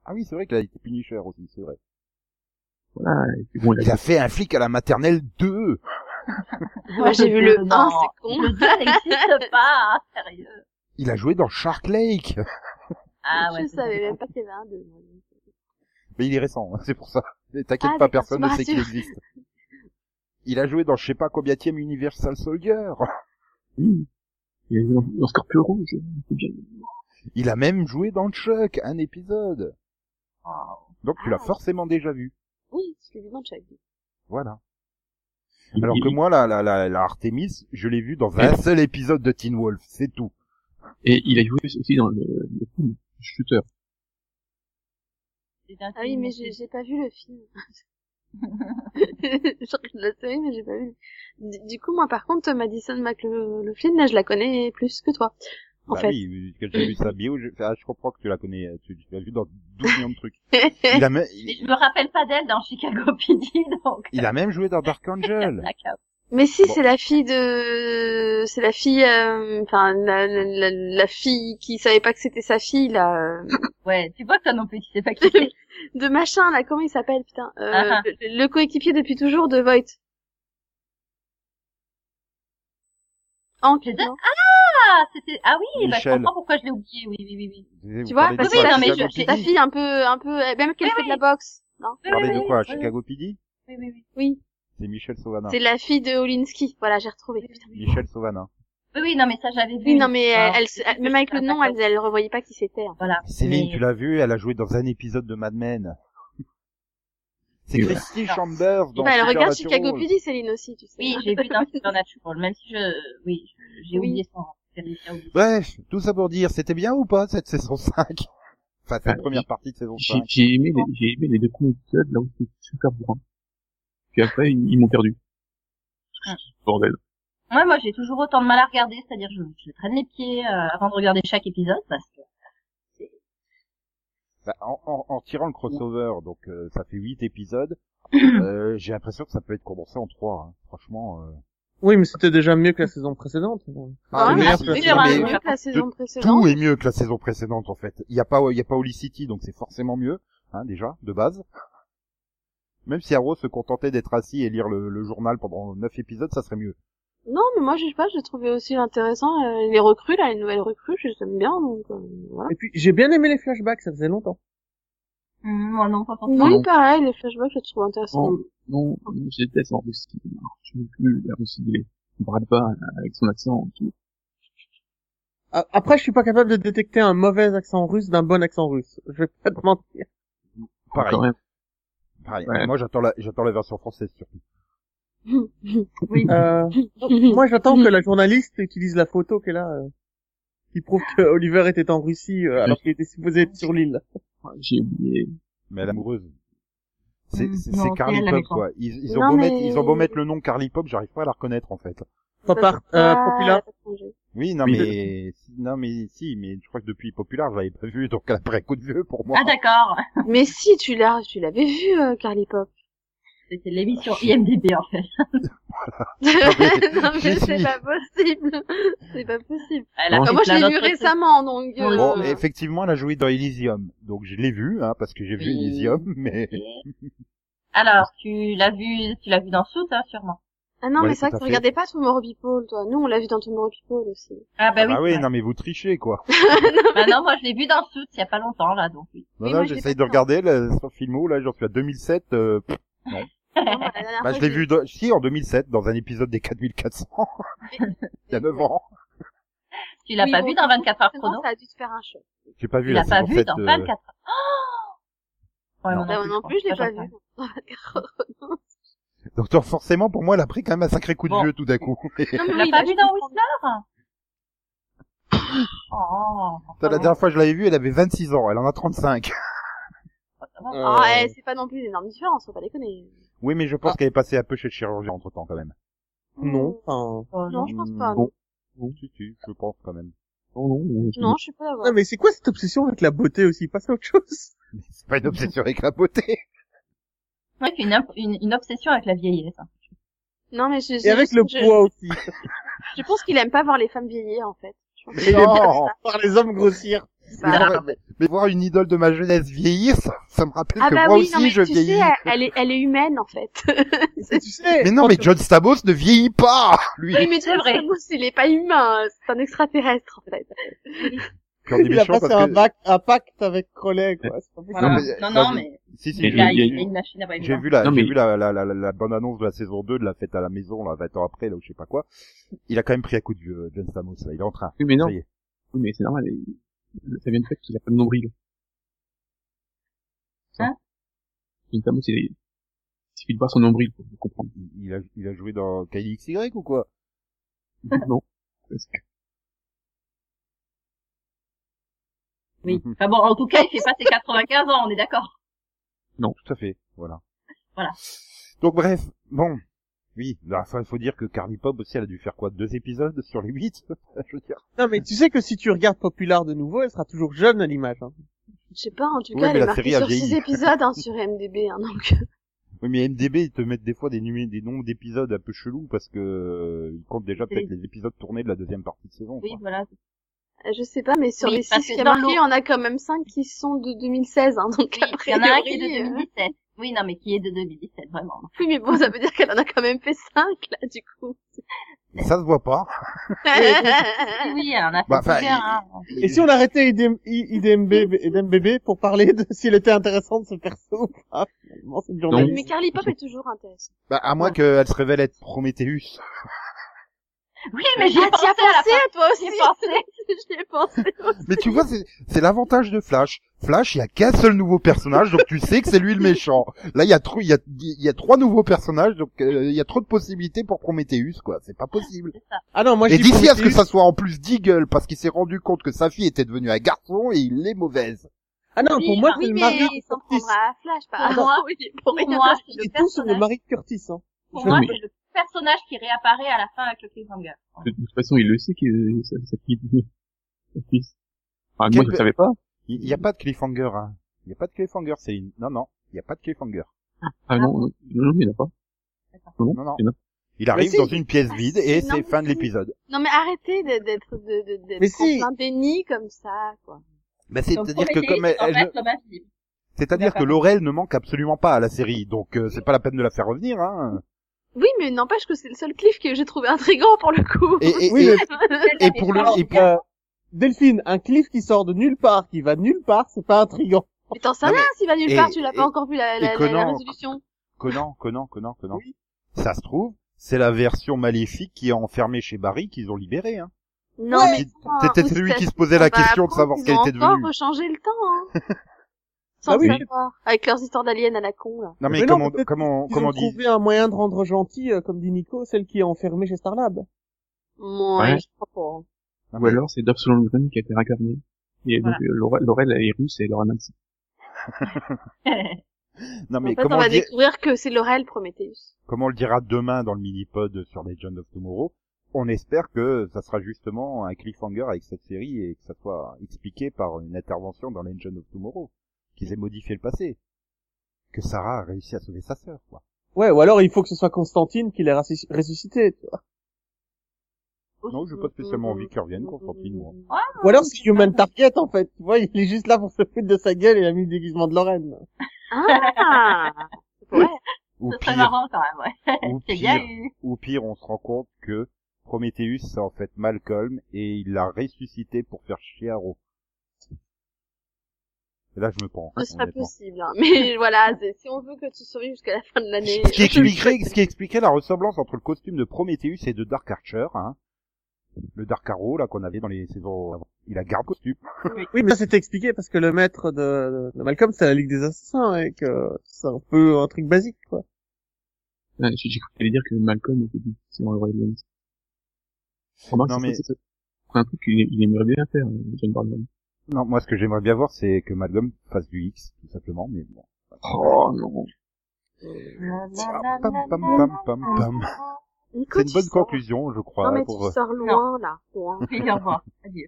Ah oui, c'est vrai qu'il a été Punisher aussi, c'est vrai. Voilà. Et puis bon, il a- Il a fait un flic à la maternelle 2. Moi, j'ai vu le Non, 1, c'est con. Le 2 n'existe pas, hein, sérieux. Il a joué dans Shark Lake. Ah ouais. je c'est- savais même pas qu'il y avait un deux. moi. Mais il est récent, hein, c'est pour ça. Mais T'inquiète Ah, pas, d'accord, personne tu ne me sait qu'il rassures. existe. Il a joué dans je sais pas combienième Universal Soldier. Oui. Il y a un, un scorpion rouge, hein, c'est bien. Il a même joué dans Chuck, un épisode. Donc tu l'as Ah. forcément déjà vu. Oui, je l'ai vu dans Chuck. Voilà. Il- Alors que il- moi, la, la, la, la Artemis, je l'ai vu dans un seul épisode de Teen Wolf, c'est tout. Et il a joué aussi dans le, le film Shooter. c'est un Ah oui, film mais qui- j'ai j'ai pas vu le film. <laughs> Genre, je la savais, mais j'ai pas vu. Du, du coup, moi, par contre, Madison McLaughlin, là, je la connais plus que toi. En bah fait. oui, quand j'ai vu sa bio, je, ah, je comprends que tu la connais, tu, tu l'as vu dans 12 millions de <laughs> trucs. Il a, même- Mais il, Je me rappelle pas d'elle dans Chicago <laughs> PD, donc. il a même joué dans Dark <laughs> Angel. Blackout. <laughs> Mais si, Bon. c'est la fille de, c'est la fille, euh, enfin, la, la, la, la fille qui savait pas que c'était sa fille, là, euh, Ouais, tu vois que toi non plus, tu sais pas qui c'est. de machin, là, comment il s'appelle, putain, euh, Ah, ah. le, le coéquipier depuis toujours de Voight. Hank, Les deux non Ah, c'était, ah oui, bah, je Michel. comprends pourquoi je l'ai oublié, oui, oui, oui, oui. tu vois, parce parce de que quoi, non, mais Chicago je- c'est ta fille un peu, un peu, euh, même qu'elle Oui, fait de oui. la boxe, non? Vous parlez Oui, de oui, quoi oui, Chicago PD Oui, oui, oui. Oui. C'est Michel Sauvana. C'est la fille de Olinsky. Voilà, j'ai retrouvé. Putain. Michel Sauvana. Oui, oui, non, mais ça, j'avais vu. Oui, non, mais elle, Ah. elle se- elle- même avec le nom, elle, elle revoyait pas qui c'était. hein. Voilà. Céline, Mais- tu l'as vu, elle a joué dans un épisode de Mad Men. C'est Oui, Christy voilà. Chambers dans Bah, elle regarde Supernatural. Chicago PD, Céline aussi, tu sais. <laughs> Oui, j'ai vu dans Supernatural, même si je, oui, je- j'ai Oui. oublié son nom. J'ai réussi à oublier. Bref, tout ça pour dire, c'était bien ou pas cette saison 5 Enfin, cette Ah, première partie de saison J'ai 5. j'ai aimé, les- j'ai aimé les deux premiers épisodes là où c'était super bourrin. Puis après, ils, ils m'ont perdu. Ah. Bordel. Ouais, moi, j'ai toujours autant de mal à regarder, c'est-à-dire, je, je traîne les pieds, euh, avant de regarder chaque épisode, parce que, Bah, en, en- en tirant le crossover, donc euh, ça fait 8 <coughs> épisodes, euh, j'ai l'impression que ça peut être condensé en 3. Franchement, euh, Oui, mais c'était déjà mieux que la saison précédente. Ah, Ouais, mais mais c'est c'est sûr, un mais- peu mieux que la saison précédente. tout est mieux que la saison précédente en fait. Il n'y a pas il y a pas Holy City, donc c'est forcément mieux, hein, déjà, de base. Même si Arrow se contentait d'être assis et lire le, le journal pendant 9 épisodes, ça serait mieux. Non, mais moi, je sais pas, j'ai trouvé aussi intéressant euh, les recrues, là, les nouvelles recrues, je les aime bien, donc, euh, voilà. Et puis, j'ai bien aimé les flashbacks, ça faisait longtemps. Mmh, Hum, moi, non, pas forcément. Oui, pareil, les flashbacks, je les trouve Oh, intéressants. Non, Oh, non, non, je déteste en Russie. Je ne veux plus la Russie. Il parle pas euh, avec son accent. et tout. A- Après, je suis pas capable de détecter un mauvais accent russe d'un bon accent russe. Je vais pas te mentir. Pareil. Quand même. Pareil. Ouais. Moi, j'attends la, j'attends la version française surtout. Oui. <laughs> Euh, moi, j'attends que la journaliste utilise la photo qu'elle a, euh, qui prouve que Oliver était en Russie euh, alors qu'il était supposé être sur l'île. J'ai oublié. Mais l'amoureuse. C'est, Mm, c'est, non, c'est c'est Carly elle, la Pop, méchante. quoi. Ils, ils ont Non, beau mais- mettre, ils ont beau mettre le nom Carly Pop, j'arrive pas à la reconnaître, en fait. Ça, Popar, c'est euh, pas- Popula. pas changé. Oui, non, Oui. mais, si- non, mais si, mais je crois que depuis Popular, je l'avais pas vu, donc elle a pris un coup de vieux pour moi. Ah, d'accord. Mais si, tu l'as, tu l'avais vu, euh, Carly Pop. C'est l'émission IMDB, en fait. <laughs> non, mais J'ai c'est fini. pas possible. C'est pas possible. Elle a Ah, fait moi, je plein l'ai d'autres vu trucs. récemment, donc. euh, Bon, Euh, effectivement, elle a joué dans Elysium, donc je l'ai vu, hein, parce que j'ai vu Oui. Elysium, <laughs> mais Alors, tu l'as vu, tu l'as vu dans Soot, hein, sûrement. Ah non, Ouais, mais c'est tout vrai que à tu fait. regardais pas Tomorrow People, toi. Nous, on l'a vu dans Tomorrow People aussi. Ah, bah ah bah oui. oui, c'est vrai. non mais vous trichez quoi. Bah non, moi, je l'ai vu dans Soot il y a pas longtemps, là, donc oui. Non, Oui, non, moi, je l'ai j'essaye pas de vu. regarder là, sur Filmo, là j'en suis à 2007. euh, pff, Vraiment, la Ah, dernière bah fois je l'ai que vu, dans- si en 2007, dans un épisode des 4400, <laughs> il y a 9 ans. Tu l'as Oui, pas bon, vu dans 24 heures forcément, chrono? Ça a dû te faire un choc. J'ai pas vu Tu la l'as pas saison vu 7 dans de- 24 heures. Oh Ouais, moi Bah, euh, non plus, je l'ai pense. pas Moi, vu. Donc donc, forcément, pour moi, elle a pris quand même un sacré coup de Bon. vieux tout d'un <laughs> coup. Non, Tu mais l'as oui, pas là, vu je dans comprends. Whistler? Oh. Putain, La dernière fois que je l'avais vue, elle avait 26 ans, elle en a 35. oh, Euh, Ah, ouais, c'est pas non plus une énorme différence, faut pas déconner. Oui, mais je Ah. pense qu'elle est passée un peu chez le chirurgien entre temps quand même. Non, enfin, Oh, Non, je pense pas. Bon. Si, si, je pense quand même. non, non. Non, je suis pas Non, d'accord. mais c'est quoi cette obsession avec la beauté aussi? Passe à autre <laughs> chose. C'est pas une obsession avec la beauté. C'est vrai qu'une imp- une, une obsession avec la vieillesse. hein. Non, mais je, Et avec le je, poids aussi. je pense qu'il aime pas voir les femmes vieillir, en fait. Je <laughs> pense que Mais c'est non. ça. Par les hommes <laughs> grossir. Mais Bah, voir, mais voir une idole de ma jeunesse vieillir, ça, ça me rappelle ah que bah moi oui, aussi non, mais je tu vieillis. sais, elle- elle est, elle est humaine, en fait. Et tu sais. Mais non, mais John Stamos ne <laughs> vieillit pas, lui. oui, mais C'est vrai. Thomas, il est pas humain, c'est un extraterrestre, en fait. Puis on est Il a méchant passé parce un, que- bac- un pacte avec Crowley, quoi. C'est pas possible. Voilà. Non, Non, mais- non, non, mais- mais, Si, si, Mais j'ai- il a, il il, y a- il a une machine à pas j'ai vu la, Non, j'ai mais- vu la, la, la, la, la bonne annonce de la saison 2 de la fête à la maison, là, 20 ans après, là, ou je sais pas quoi. Il a quand même pris un coup de vieux, John Stamos, là, il est en train. Oui, mais non. Ça y est. Oui, mais c'est normal. il- Ça vient du fait qu'il a pas de nombril. Ça. Hein Notamment, c'est, il suffit de voir son nombril pour <laughs> comprendre. Il- Il a, il a joué dans KXY ou quoi? non. Parce que, Oui. Enfin bon, en tout cas, il fait pas ses 95 ans, on est d'accord. Non, <laughs> tout à fait. Voilà. Voilà. Donc bref, bon. Oui, bah, enfin, il faut dire que Carly Pop aussi, elle a dû faire quoi Deux épisodes sur les huit <laughs> Je veux dire. Non, mais tu sais que si tu regardes Popular de nouveau, elle sera toujours jeune à l'image. Hein. Je sais pas, en tout Oui, cas, mais elle la est série marquée a sur vieilli. 6 épisodes, hein, sur MDB, hein, donc. Oui, mais MDB, ils te mettent des fois des, numé- des nombres d'épisodes un peu chelous parce que euh, ils comptent déjà peut-être les épisodes tournés de la deuxième partie de saison. Oui, quoi. voilà. Euh, Je sais pas, mais sur Oui, les parce 6 que qu'il y a dans marqué, on a quand même 5 qui sont de 2016, hein, donc Oui, hein. il y en a un qui est de priori, euh, 2017. Oui, non, mais qui est de 2017, vraiment. Oui, mais bon, ça veut dire qu'elle en a quand même fait 5, là, du coup. Et ça se voit pas. <laughs> Oui, ah <laughs> oui, on a fait Bah, enfin, plusieurs, hein. Et si on arrêtait IDM, I- IDMB et d'MBB pour parler de s'il était intéressant de ce perso ou pas Finalement, c'est le journaliste. Mais Carly Pop est toujours intéressante. Bah, à moins qu'elle se révèle être Prometheus. Oui, mais j'y ai Ah, t'y pensé as à la pensé, fin. toi aussi J'y ai pensé. <laughs> J'y ai pensé aussi. Mais tu vois, c'est c'est l'avantage de Flash. Flash, il y a qu'un seul nouveau personnage, donc tu sais que c'est lui le méchant. Là, il y a trop, il y a, il y a trois nouveaux personnages, donc euh, il y a trop de possibilités pour Prometheus, quoi. C'est pas possible. Ah non, moi je Et dis d'ici à ce que Prometheus. ça soit en plus Deagle, parce qu'il s'est rendu compte que sa fille était devenue un garçon et il est mauvaise. Ah non, Oui, pour moi enfin, c'est oui, le mais mari il de s'en Curtis. prendra à Flash, pas à Pour moi, moi. Oui, pour Ah, pour rien. moi, c'est Il le est tout sur le personnage, mari de Curtis. Hein. pour Je- moi, mais- c'est le personnage qui réapparaît à la fin avec le cliffhanger. de toute façon, il le sait que ça, ça fille de- son fils. Enfin, Quel moi, je pe- le savais pas. Il n'y a pas de cliffhanger, hein. Il n'y a pas de cliffhanger, Céline. Non, non. Il n'y a pas de cliffhanger. Ah, non, euh, non, non, il n'y en a pas. Non, non. Il y en a. Il arrive si. dans une pièce vide et c'est c'est énorme. fin de l'épisode. Non, mais arrêtez de- d'être, de, de, Mais d'être si. en plein déni comme ça, quoi. Bah, c'est- Donc, c'est-à-dire que Prometheus comme elle, est en elle fait ne- l'homme invisible. c'est-à-dire que D'accord. Laurel ne manque absolument pas à la série, donc euh, c'est pas la peine de la faire revenir, hein. Oui, mais n'empêche que c'est le seul cliff que j'ai trouvé intrigant pour le coup. <laughs> Et, et, Oui, et- Elle et pour le, parle et pour- Euh, Delphine, un cliff qui sort de nulle part, qui va nulle part, c'est pas intriguant. Mais t'en sais Non, mais- rien s'il va nulle et- part, tu l'as et- pas encore vu la, la, et la- la Conan- résolution. Conan, Conan, Conan, Conan. Ça se trouve, c'est la version maléfique qui est enfermée chez Barry qu'ils ont libérée, hein. Non, Ouais. mais. Qui- enfin, C'était où celui ça- qui se posait on la va question de apprendre savoir qu'ils qu'elle ont était devenue. Ah bah, encore rechangé le temps, hein. <laughs> Sans Ah oui. le savoir. Avec leurs histoires d'aliens à la con, là. Non mais, Mais non, comment, peut-être comment, Ils comment ont dit trouvé un moyen de rendre gentille, euh, comme dit Nico, celle qui est enfermée chez Starlab. Ouais, Ouais. je crois pas. hein. Non, Ou mais- alors, c'est Dobson Green qui a été réincarné. Et Voilà. donc, euh, Laurel, Laurel, elle est russe et elle aura un accident. Non Ah, mais en fait, on comment va dire découvrir que c'est Laurel Prometheus. comme on le dira demain dans le mini-pod sur Legend of Tomorrow, on espère que ça sera justement un cliffhanger avec cette série et que ça soit expliqué par une intervention dans Legend of Tomorrow, qu'ils aient modifié le passé, que Sarah a réussi à sauver sa sœur, quoi. Ouais, ou alors il faut que ce soit Constantine qui l'ait rassi- ressuscité. tu vois. Non, j'ai pas spécialement envie qu'elle revienne, Constantine, moi. Ou alors c'est Human Target, en fait. Tu vois, il est juste là pour se foutre de sa gueule et il a mis le déguisement de Lorraine. <laughs> Ah Ouais. Ou Ce serait pire, marrant quand même, ouais. ou C'est bien pire, eu. ou pire, on se rend compte que Prometheus, c'est en fait Malcolm, et il l'a ressuscité pour faire chier Arrow. Et là, je me prends. Ce serait honnêtement. possible, hein. mais voilà, c'est- si on veut que tu survives jusqu'à la fin de l'année. euh, Ce qui expliquerait, ce qui expliquait la ressemblance entre le costume de Prometheus et de Dark Archer, hein. Le Dark Arrow, là, qu'on avait dans les saisons, avant. il a garde costume. Oui, mais ça c'était expliqué parce que le maître de, de Malcolm, c'est la Ligue des Assassins et que c'est un peu un truc basique, quoi. Ah, J'ai j'ai cru que t'allais dire que Malcolm était dit, c'est dans le Royaume Remarque, Non, c'est- mais- c'est c'est- c'est un truc qu'il il aimerait bien faire, euh, John Barnum. Non, moi, ce que j'aimerais bien voir, c'est que Malcolm fasse du X, tout simplement, mais bon. Oh non Pam, pam, pam, pam, pam. Nico, C'est une tu bonne sors- conclusion, je crois, Non, Oh, mais pour, euh, tu sors loin, là. <laughs> Loin. Oui, au revoir. Adieu.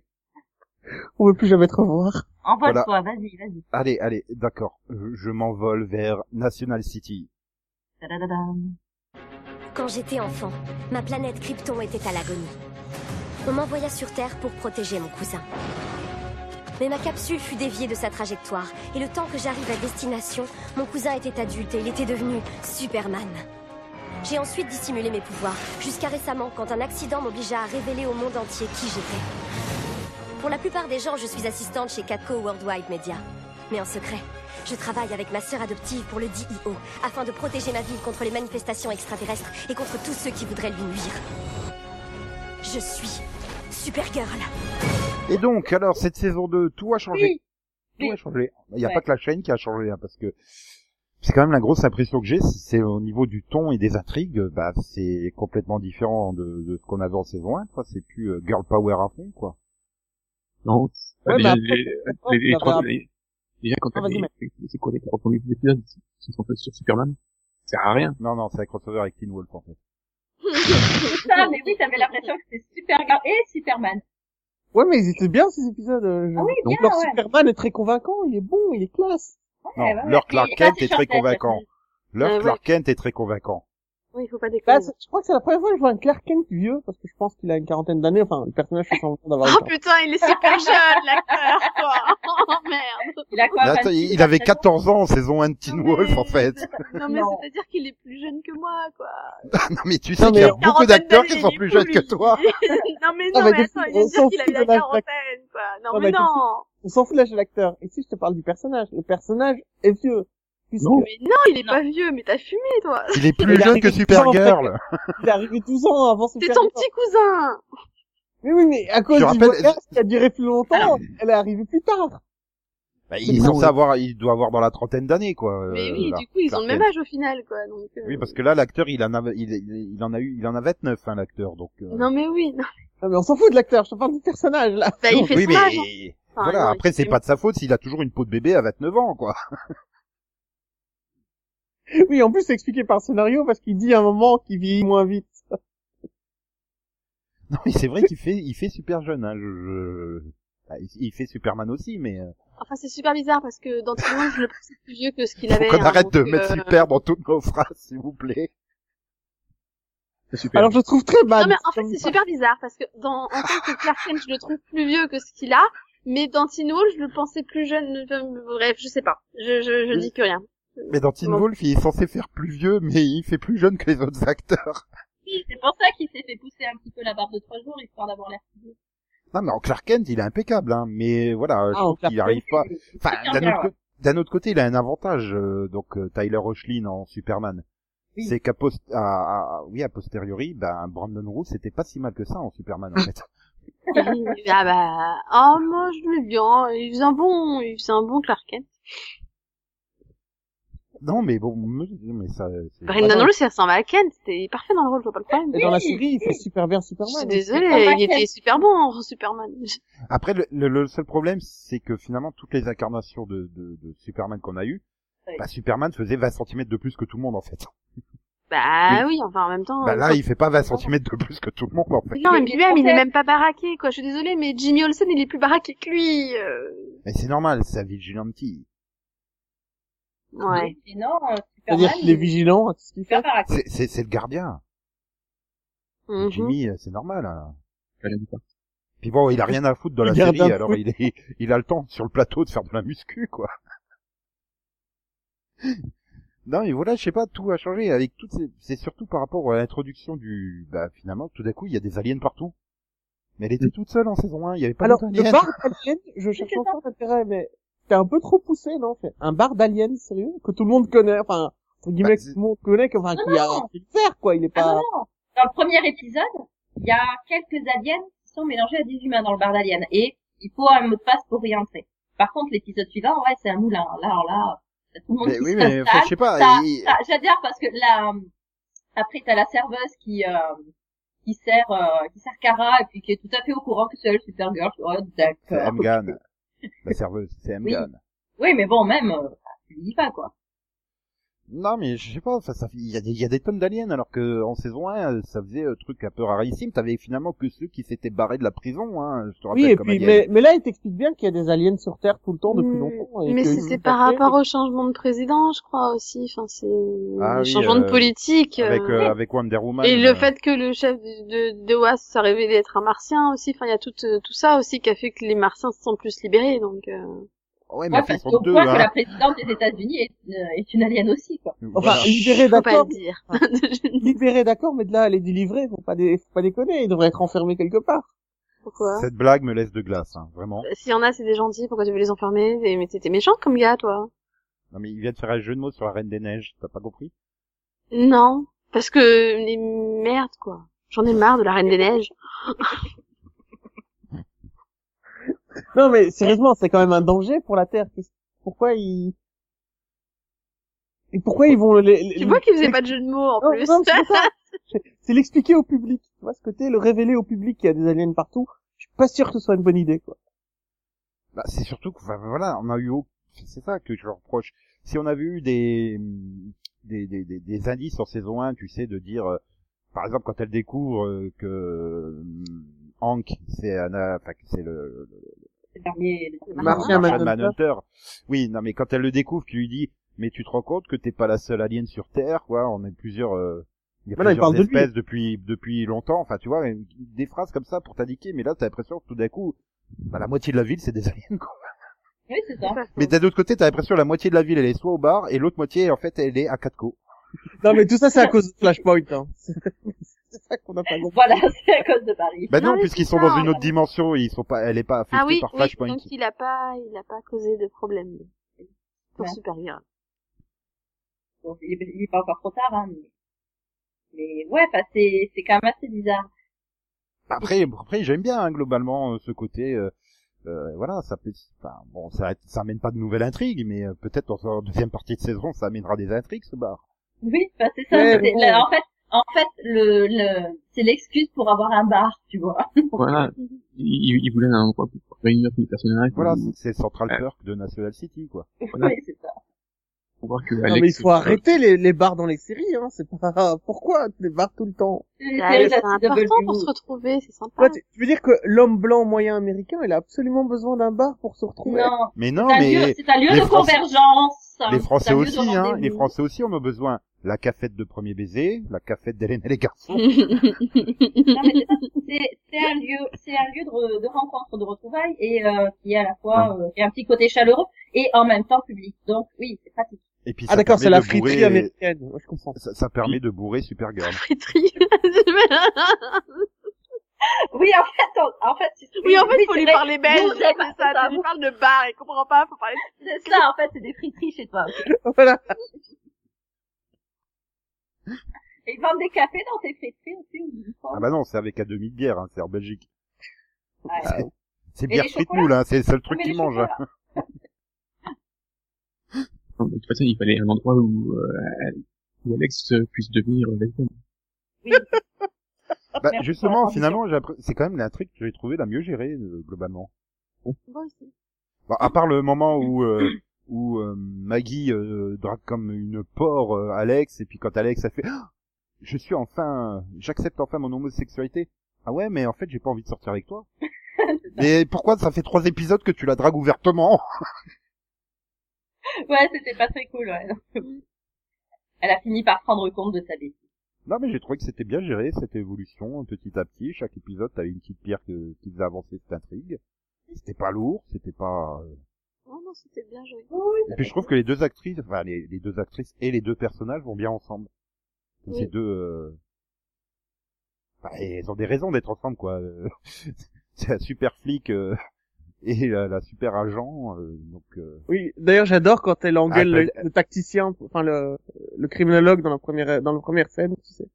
On veut plus jamais te revoir. Voilà. Envole-toi, vas-y, vas-y. Allez, allez, d'accord. Euh, Je, je m'envole vers National City. Tadadadam. Quand j'étais enfant, ma planète Krypton était à l'agonie. On m'envoya sur Terre pour protéger mon cousin. Mais ma capsule fut déviée de sa trajectoire, et le temps que j'arrive à destination, mon cousin était adulte et il était devenu Superman. J'ai ensuite dissimulé mes pouvoirs, jusqu'à récemment quand un accident m'obligea à révéler au monde entier qui j'étais. Pour la plupart des gens, je suis assistante chez Catco Worldwide Media. Mais en secret, je travaille avec ma sœur adoptive pour le E DIO, afin de protéger ma ville contre les manifestations extraterrestres et contre tous ceux qui voudraient lui nuire. Je suis Supergirl. Et donc, alors, cette saison 2, tout a changé. Oui. Tout a changé. Il n'y a Ouais. pas que la chaîne qui a changé, hein, parce que c'est quand même la grosse impression que j'ai, c'est au niveau du ton et des intrigues, bah, c'est complètement différent de, de ce qu'on avait en saison 1, quoi. C'est plus euh, girl power à fond, quoi. Non, Ouais, mais déjà, après, les, Oh, les- les t'avais trois- un- les- déjà, quand Ah, t'as vas-y, les- c'est quoi les trois premiers épisodes qui qui sont faits sur Superman Ça sert à rien. Non, non, c'est un crossover avec Teen Wolf, en fait. Ça, mais oui, t'avais l'impression que c'était Supergirl et Superman. Ouais, mais ils étaient bien ces épisodes. euh, je- Ah oui, Donc, bien, Leur ouais. Superman est très convaincant, il est bon, il est classe. Non, ouais, ouais. leur Clark Et- ah, Kent c'est est très Short Dead, convaincant. Leur Ah, Euh, ouais. Clark Kent est très convaincant. Oui, il faut pas Bah, déconner. Mm. c'est- je crois que c'est la première fois que je vois un Clark Kent vieux, parce que je pense qu'il a une quarantaine d'années, enfin, le personnage fait semblant Ah, d'avoir une Oh quarantaine. putain, il est <laughs> super jeune, l'acteur, <laughs> quoi. Oh merde. Il a quoi Mais attends, 26, il avait 27? 14 ans en saison 1 de Teen Ah, Non, mais- Wolf, en fait. <laughs> Non, mais Non. c'est-à-dire qu'il est plus jeune que moi, quoi. non, mais tu sais Non, qu'il y mais a beaucoup Quarantaine d'acteurs d'années, qui sont il est plus fou, jeunes que lui. <laughs> toi. <laughs> bah, non, mais Ah, non, mais mais depuis- attends, il on vient de s'en dire qu'il fout avait la de l'âge, quoi. quarantaine, quoi. Non, Ah, mais bah, non. On s'en fout de l'âge de l'acteur. Ici, je te parle du personnage. Le personnage est vieux. Puisque Non. Mais non, il est pas vieux, mais t'as fumé, toi. Il est Il plus est jeune que arrivé dedans, en fait. Supergirl. il est arrivé 12 ans avant C'est bah, Superman. ton petit cousin. Mais oui, mais à cause Je du rappelle- podcast qui a duré plus longtemps, elle est arrivée plus tard. Bah, il est Non, censé ouais. avoir, il doit avoir dans la trentaine d'années, quoi. euh, Mais oui, là. du coup, ils ont le Clark même âge au final, quoi. Donc, euh, Oui, parce que là, l'acteur, il en a, il, il- il en a eu, il en a 29, hein, l'acteur, donc. euh, Non, mais oui. non. Non, mais on s'en fout de l'acteur, je te parle du personnage, là. <laughs> Bah, il fait oui, son mais âge. hein. Enfin, voilà. non, après, il c'est fait- pas de sa faute s'il a toujours une peau de bébé à 29 ans, quoi. <laughs> Oui, en plus, c'est expliqué par le scénario parce qu'il dit à un moment qu'il vieillit moins vite. Non, mais c'est vrai qu'il fait, il fait super jeune. Hein, je, je- bah, il- il fait Superman aussi, mais euh, Enfin, c'est super bizarre parce que dans tout le monde, je le pense plus vieux que ce qu'il faut avait. qu'on hein, arrête donc, de euh, mettre super dans toutes nos phrases, s'il vous plaît. C'est super. Alors, je le trouve très bad. Non, mais en fait, Comme c'est ça. super bizarre parce que dans, en tant que Clark Kent, je le trouve plus vieux que ce qu'il a, mais dans Teen Wolf, je le pensais plus jeune. enfin, Bref, je sais pas. Je, je, je dis que rien. Mais dans Teen Bon. Wolf, il est censé faire plus vieux, mais il fait plus jeune que les autres acteurs. Oui, C'est pour ça qu'il s'est fait pousser un petit peu la barbe de trois jours, histoire d'avoir l'air plus vieux. Non, mais en Clark Kent, il est impeccable, hein. Mais voilà, je Ah, en trouve Clark qu'il arrive pas. Enfin, Superman, d'un autre, ouais. co- d'un autre côté, il a un avantage, euh, donc euh, Tyler Rochlin en Superman. Oui. C'est qu'à post, à- à- oui, a posteriori, ben Brandon Root, c'était pas si mal que ça en Superman en fait. ah bah, oh, moi, je le bien. Il faisait un bon, il faisait un bon Clark Kent. non, mais bon, me- mais ça. c'est- Brendan non. Rolls, il ressemble à Kent. C'était parfait dans le rôle, je vois pas le problème. Et dans la série, il fait super bien Je suis Superman. C'est désolée, pas il était super bon en Superman. <laughs> Après, le, le- le seul problème, c'est que finalement, toutes les incarnations de, de, de Superman qu'on a eues, Oui. bah, Superman faisait 20 cm de plus que tout le monde en fait. Bah oui, enfin en même temps. bah il là, faut- il fait pas 20 cm de plus que tout le monde en fait. Non, mais Il est lui-même, il est français. même pas baraqué, quoi. Je suis désolée, mais Jimmy Olsen, il est plus baraqué que lui. euh. Mais c'est normal, c'est un vigilante. Ouais. Et non, euh, Superman. C'est-à-dire qu'il est vigilant à tout ce qu'il fait. super baraque. C'est- C'est c'est le gardien. Mhm. Jimmy, euh, c'est normal. hein. Ça vient du parc. Puis bon, il a rien à foutre dans la Il garde série, un alors foot. il est, il a le temps sur le plateau de faire de la muscu, quoi. Non, mais voilà, je sais pas, tout a changé avec toutes ces... C'est surtout par rapport à l'introduction du... Bah, finalement, tout d'un coup, il y a des aliens partout. Mais elle était toute seule en saison 1, il y avait pas Alors, d'aliens. le bar d'Alien, je cherche c'est encore l'intérêt, mais t'es un peu trop poussé, non fait Un bar d'Alien, sérieux Que tout le monde connaît, enfin, entre guillemets, Bah, que c'est- tout le monde connaît, que, enfin, Non, qu'il y a non. qu'il le faire, quoi, il est Ah non, pas... non. Dans le premier épisode, il y a quelques aliens qui sont mélangés à des humains dans le bar d'aliens et il faut un mot de passe pour y entrer. Par contre, l'épisode suivant, ouais, c'est un moulin. Là, alors là, t'as tout le monde Mais qui oui, mais enfin, s'installe. je sais pas, ça- il- Ah, J'adore parce que là, euh, après t'as la serveuse qui euh, qui sert euh, qui sert Kara et puis qui est tout à fait au courant que c'est elle Supergirl. Je fais, Oh c'est d'accord. Amgan. La serveuse, c'est Oui. Amgan. Oui, mais bon, même, euh, tu lui dis pas quoi. Non, mais je sais pas, enfin, ça, il y a des, il y a des tonnes d'aliens, alors que en saison 1, euh, ça faisait euh, truc un peu rarissime. T'avais finalement que ceux qui s'étaient barrés de la prison, hein, je te rappelle Oui, et comme puis, alien. mais, mais là, il t'explique bien qu'il y a des aliens sur Terre tout le temps depuis Mm. longtemps. et Mais que- c'est c'est par et- rapport au changement de président, je crois aussi. Enfin, c'est Ah le oui, changement de euh, politique. Avec, euh, euh, avec Wonder Woman. Et le euh, fait que le chef de, de, de WAS soit révélé être un martien aussi, enfin il y a tout, euh, tout ça aussi qui a fait que les martiens se sont plus libérés, donc euh, Ouais, mais Moi, après, ils parce sont qu'au deux, point que hein. la présidente des États-Unis est, euh, est une alien aussi quoi. Enfin, Voilà. libéré, faut pas d'accord, le dire. <laughs> libéré, d'accord, mais de là, elle est délivrée, faut pas, dé... faut pas déconner, il devrait être enfermé quelque part. Pourquoi Euh, Cette blague me laisse de glace, hein, vraiment. S'il y en a, c'est des gentils, pourquoi tu veux les enfermer Et- Mais t'étais méchant comme gars, toi. Non, mais il vient de faire un jeu de mots sur la Reine des Neiges, t'as pas compris Non, parce que les merdes quoi. J'en ai marre de la Reine des Neiges. Non, mais sérieusement, c'est quand même un danger pour la Terre. Qu'est-ce- Pourquoi ils... Et pourquoi ils vont... les- les- Tu vois qu'ils faisaient pas de jeu de mots en Non, plus. non, c'est pas ça. <laughs> C'est- C'est l'expliquer au public. Tu vois ce côté, le révéler au public qu'il y a des aliens partout. Je suis pas sûr que ce soit une bonne idée, quoi. Bah, c'est surtout que, enfin, voilà, on a eu, au- c'est ça que je leur reproche. Si on avait eu des, des, des, des, des indices en saison 1, tu sais, de dire, euh, par exemple, quand elle découvre euh, que euh, Hank, c'est Anna, enfin, que c'est le, Le dernier- le dernier Martien Martian Manhunter. Manhunter. Oui, non, mais quand elle le découvre, tu lui dis, mais tu te rends compte que t'es pas la seule alien sur Terre, quoi. On est plusieurs, euh, il y a Voilà, il plusieurs parle de lui. espèces depuis depuis longtemps. Enfin, tu vois, des phrases comme ça pour t'indiquer. Mais là, t'as l'impression que tout d'un coup, bah, la moitié de la ville c'est des aliens, quoi. Oui, c'est ça. Mais d'un autre côté, t'as l'impression que la moitié de la ville elle est soit au bar et l'autre moitié, en fait, elle est à Katko. Non, mais tout ça, c'est à cause de Flashpoint, hein. <laughs> C'est c'est ça qu'on n'a pas compris. Voilà, <laughs> c'est à cause de Paris. Bah Non, non, mais puisqu'ils c'est sont ça, dans une ouais. autre dimension, ils sont pas, elle est pas affectée Ah oui, par oui, Flashpoint. donc il a pas, il a pas causé de problème pour Ouais. Supergirl. Bon, il est, il est pas encore trop tard, hein, mais, mais ouais, enfin, c'est, c'est quand même assez bizarre. Bah, Après, après, j'aime bien hein, globalement euh, ce côté. euh, euh, voilà, ça peut, enfin, bon, ça, ça amène pas de nouvelles intrigues, mais euh, peut-être dans la deuxième partie de saison, ça amènera des intrigues, ce bar. Oui, enfin, c'est ça. Ouais, c'est- bon. là, en fait, en fait, le, le, c'est l'excuse pour avoir un bar, tu vois. Voilà. Il, il- il voulait un endroit pour réunir tous les personnages. Voilà, pour, Mm. c'est- c'est Central Ouais. Perk de National City, quoi. Voilà. Oui, c'est ça. pour voir que Non, Alex- mais il faut arrêter les, les bars dans les séries, hein. C'est pas, pourquoi les bars tout le temps? C'est Ouais, la C'est CW. important pour se retrouver, c'est sympa. Ah. Toi, tu, tu veux dire que l'homme blanc moyen américain, il a absolument besoin d'un bar pour se retrouver? Non, Mais c'est non, un lieu, mais c'est un lieu les de Français- convergence. les C'est Français un lieu de aussi, hein, rendez-vous. les Français aussi en ont besoin. La cafette de premier baiser, la cafette d'Hélène et les Mm. garçons. Non, mais <laughs> <laughs> c'est ça. C'est- c'est un lieu, c'est un lieu de, re- de rencontre, de retrouvailles, et euh, qui est à la fois euh, qui a un petit côté chaleureux et en même temps public. Donc oui, c'est pratique. Et puis, Ah, ça d'accord, permet c'est la de bourrer- friterie américaine. Ouais, je comprends. <laughs> Ça, ça permet de bourrer Supergirl. Fritri. Oui, en fait, on- en fait, c'est- oui, en fait, faut c'est lui vrai. parler belge. Nous, on C'est aime ça, ça, tu lui parles de bar, il comprend pas, faut parler. C'est ça, en fait, c'est des friteries chez toi. Voilà. Et ils vendent des cafés dans tes friteries aussi, ou du Ah quoi. bah non, c'est avec un demi de bière, hein, c'est en Belgique. Ouais. C'est- C'est les bière frite chocolats moule, hein, c'est le seul Ah, truc mais qu'ils les mangent. hein. chocolats. Non, mais De toute façon, il fallait un endroit où, euh, où Alex euh, puisse devenir euh, lesbienne. Bah, Merci pour la justement, transition. finalement, j'ai appris- c'est quand même l'intrigue que j'ai trouvé la mieux gérée, euh, globalement. Moi aussi. Bon, à part le moment où <coughs> euh, où euh, Maggie euh, drague comme une porc euh, Alex et puis quand Alex a fait Ah je suis enfin j'accepte enfin mon homosexualité. Ah ouais, mais en fait, j'ai pas envie de sortir avec <laughs> toi. mais pourquoi ça fait trois épisodes que tu la dragues ouvertement Ouais, c'était pas très cool, ouais. Elle a fini par prendre compte de sa bêtise. Non, mais j'ai trouvé que c'était bien géré, cette évolution, petit à petit. Chaque épisode, t'avais une petite pierre que, qui faisait avancer cette intrigue. C'était pas lourd, c'était pas... euh, Non, oh, non, c'était bien joué. Et puis je trouve que les deux actrices, enfin les, les deux actrices et les deux personnages vont bien ensemble. Oui. Ces deux... euh, enfin, elles ont des raisons d'être ensemble, quoi. <laughs> Euh, C'est la super flic euh, et la, la super agent, euh, donc... euh, Oui, d'ailleurs j'adore quand elle engueule Ah, le, le tacticien, enfin le, le criminologue dans la première dans la première scène, tu sais.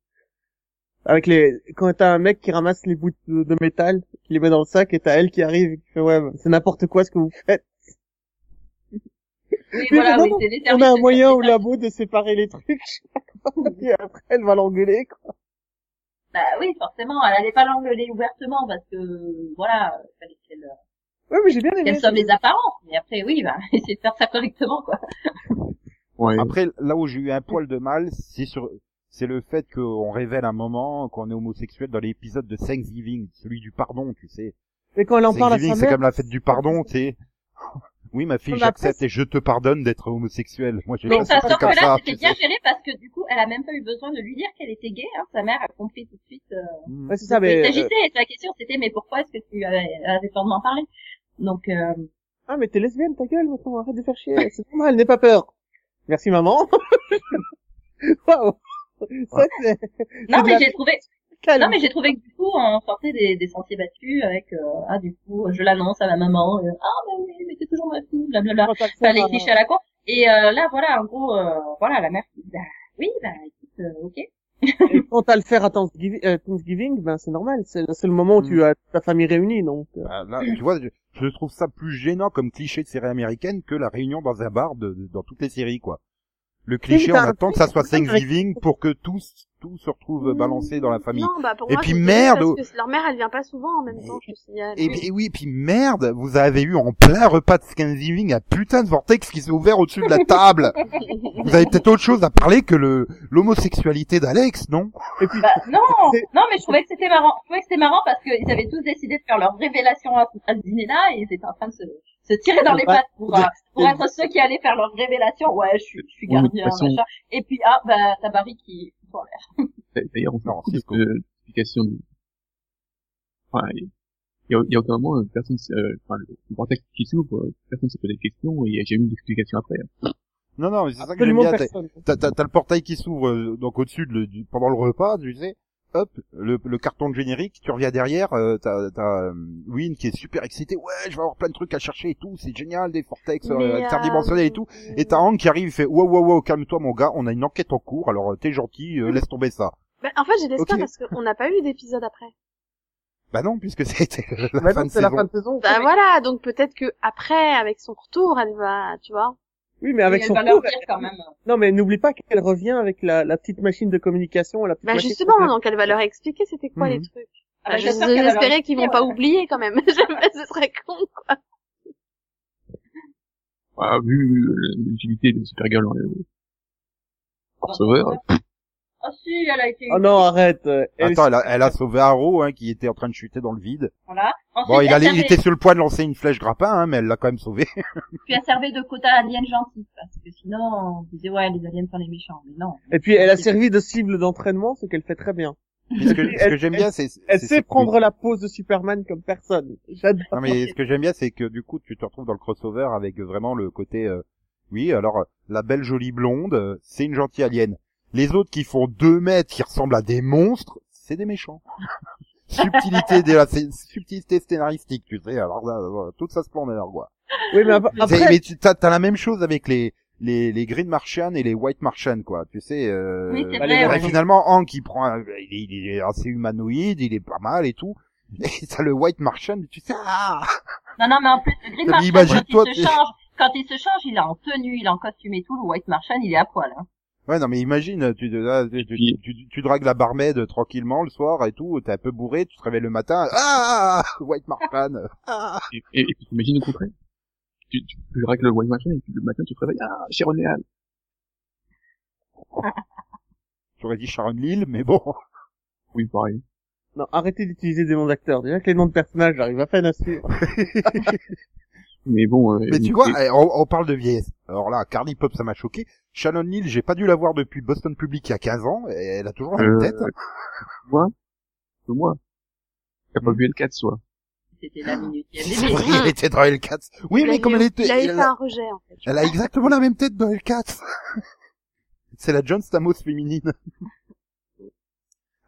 Avec les quand t'as un mec qui ramasse les bouts de, de métal, qui les met dans le sac et t'as elle qui arrive et qui fait ouais, c'est n'importe quoi ce que vous faites. Oui, Mais voilà, non, oui, non, c'est les On services a un de moyen au santé. labo de séparer les trucs. <laughs> et après elle va l'engueuler quoi. Bah oui, forcément, elle allait pas l'engueuler ouvertement parce que, voilà, fallait qu'elle, Ouais, mais j'ai bien aimé. qu'elle somme les apparences. Mais après, oui, bah, <laughs> essayer de faire ça correctement, quoi. Ouais. Après, là où j'ai eu un poil de mal, c'est sur, c'est le fait qu'on révèle un moment qu'on est homosexuel dans l'épisode de Thanksgiving, celui du pardon, tu sais. Mais quand elle en parle à Thanksgiving, sa c'est mère, comme la fête du pardon, tu sais. Oui, ma fille, Non, mais après, j'accepte et je te pardonne d'être homosexuel. Moi, j'ai Mais pas ça senti sort que comme là, ça, c'était tu bien sais. géré parce que, du coup, elle a même pas eu besoin de lui dire qu'elle était gay, hein. Sa mère a compris tout de suite, euh, Mm. ouais, c'est ça, de quoi il mais euh, s'agissait. La question, c'était, mais pourquoi est-ce que tu avais, avais peur de m'en parler? Donc, euh, ah mais t'es lesbienne ta gueule maintenant, arrête de faire chier, c'est normal, n'aie pas peur. Merci maman. <laughs> Waouh. Ça c'est non, de mais la- j'ai trouvé, calme. Ah Non, mais j'ai trouvé que du coup, on sortait des, des sentiers battus avec, euh, ah, du coup, je l'annonce à ma maman, euh, ah, bah oui, mais t'es toujours ma fille, blablabla. Quand ça Enfin, les sert à- clichés à la con. Et euh, là, voilà, en gros, euh, voilà, la mère qui dit, bah, oui, bah, écoute, euh, ok. Et quand t'as le faire à Thanksgiving, euh, Thanksgiving, ben c'est normal, c'est c'est le moment où Mm. tu as ta famille réunie, donc. euh, Bah, là, tu vois, je, je trouve ça plus gênant comme cliché de série américaine que la réunion dans un bar de, de- dans toutes les séries, quoi. Le cliché, on t'as un attend que ça soit truc avec- Thanksgiving pour que tous, tout se retrouve balancé dans la famille. Non, bah pour Et moi, puis c'était merde, oh. Parce que leur mère, elle vient pas souvent en même temps, je te signale. Et, puis- et oui, puis merde, vous avez eu en plein repas de Thanksgiving un putain de vortex qui s'est ouvert au-dessus de la table. vous avez peut-être autre chose à parler que le l'homosexualité d'Alex, non Et puis, Bah, non, C'est- non, mais je trouvais que c'était marrant. Je trouvais que c'était marrant parce qu'ils avaient tous décidé de faire leur révélation à, ce- à ce dîner-là et ils étaient en train de se, se tirer dans les Ouais. pattes pour, euh, pour être ceux qui allaient faire leur révélation. Ouais, je suis, je suis Oui, mais de toute gardien, façon- machin. Et puis, ah, bah, t'as Barry qui, bon, D'ailleurs, on fait Non, beaucoup c'est de cool. de- d'explications. De... Enfin, il y a, il y a aucun moment, euh, personne, s- euh, enfin, le le vortex qui s'ouvre, euh, personne ne s'est posé de questions et il n'y a jamais eu d'explication après. Non, non, mais c'est ça que j'aime absolument bien. t'as- personne. T'as t'as- t'as le portail qui s'ouvre euh, donc au-dessus de le- du- pendant le repas, tu sais. Hop, le, le carton de générique, tu reviens derrière, euh, t'as t'as, euh, Win qui est super excité, ouais, je vais avoir plein de trucs à chercher et tout, c'est génial, des vortex euh, Mais, interdimensionnels et tout. euh, Et t'as Hank qui arrive, il fait wow wow wow, calme-toi mon gars, on a une enquête en cours, alors euh, t'es gentil, euh, laisse tomber ça. Bah, en fait, j'ai l'espoir Ok. parce qu'on n'a pas eu d'épisode après. Bah non, puisque c'était la Bah fin non, de c'est la saison. fin de saison. Bah voilà, donc peut-être que après, avec son retour, elle va, tu vois. Oui, mais avec elle son va leur cours, dire quand même. Ah non mais n'oublie pas qu'elle revient avec la, la petite machine de communication, la petite Bah machine justement, de- donc elle va leur expliquer c'était quoi les Mhm. trucs. Ah, Bah, bah, je- j'espère qu'elle va leur J'espérais qu'ils vont expliquer, pas ouais. oublier quand même. <laughs> J'aimerais ce serait con quoi. Enfin, vu euh, l'utilité de Supergirl dans le crossover, Ah si, elle a été. Oh non, arrête. euh, elle- Attends, elle a, elle a sauvé Arrow, hein, qui était en train de chuter dans le vide. Voilà. Ensuite, Bon, il, elle, allait, il servait- était sur le point de lancer une flèche grappin, hein, mais elle l'a quand même <laughs> sauvé. puis elle servait de quota alien gentil parce que sinon on disait ouais les aliens sont les méchants mais non. Et puis elle a servi de cible d'entraînement, ce qu'elle fait très bien. Puis ce que, ce que j'aime bien, c'est... Elle c'est- sait c'est- prendre la pose de Superman comme personne. J'adore. <laughs> Non mais ce que j'aime bien c'est que du coup tu te retrouves dans le crossover avec vraiment le côté euh, oui alors euh, la belle jolie blonde euh, c'est une gentille alien les autres qui font deux mètres qui ressemblent à des monstres c'est des méchants <laughs> subtilité de la c'est- subtilité scénaristique tu sais alors là, là, tout ça se plante alors quoi Oui, mais ap- C'est- après, mais tu t'as t'as la même chose avec les les les green martian et les white martian quoi tu sais euh, Oui, c'est Bah, les vrai. Ouais, ouais. raisons- finalement, Hank, il prend, un- il, est- il est assez humanoïde, il est pas mal et tout. <laughs> Et t'as le White Martian, tu sais, ah Non non mais en plus le Green Mais Martian imagine-toi, quand il t'es- se change, quand il se change, il est en tenue, il est en costume et tout, le White Martian, il est à poil hein. Ouais, non, mais imagine, tu, là, tu, tu, tu- tu dragues la barmaid tranquillement le soir et tout, t'es un peu bourré, tu te réveilles le matin, ah White Martian ah et, et, et puis t'imagines au contraire. Tu, tu, tu règles le White Machine et puis le matin tu te réveilles, ah, Sharon Leal. J'aurais dit Sharon Lille, mais bon. Oui, pareil. non, arrêtez d'utiliser des noms d'acteurs. Déjà que les noms de personnages, j'arrive à peine à suivre. Mais bon. euh, Mais tu il- vois, il- eh, on, on parle de vieillesse. Alors là, Carly Pop, ça m'a choqué. Shannon Neal, j'ai pas dû la voir depuis Boston Public il y a 15 ans, et elle a toujours la même Euh, tête. <laughs> Moi, que moi. T'as Mm. pas vu L4, soit. C'était la minute. Il y avait C'est des- <laughs> vrai, elle était dans L4. Oui, mais comme elle était... Il avait elle fait a- un rejet, en fait. Elle a exactement la même tête dans L4. <laughs> C'est la John Stamos féminine. <laughs>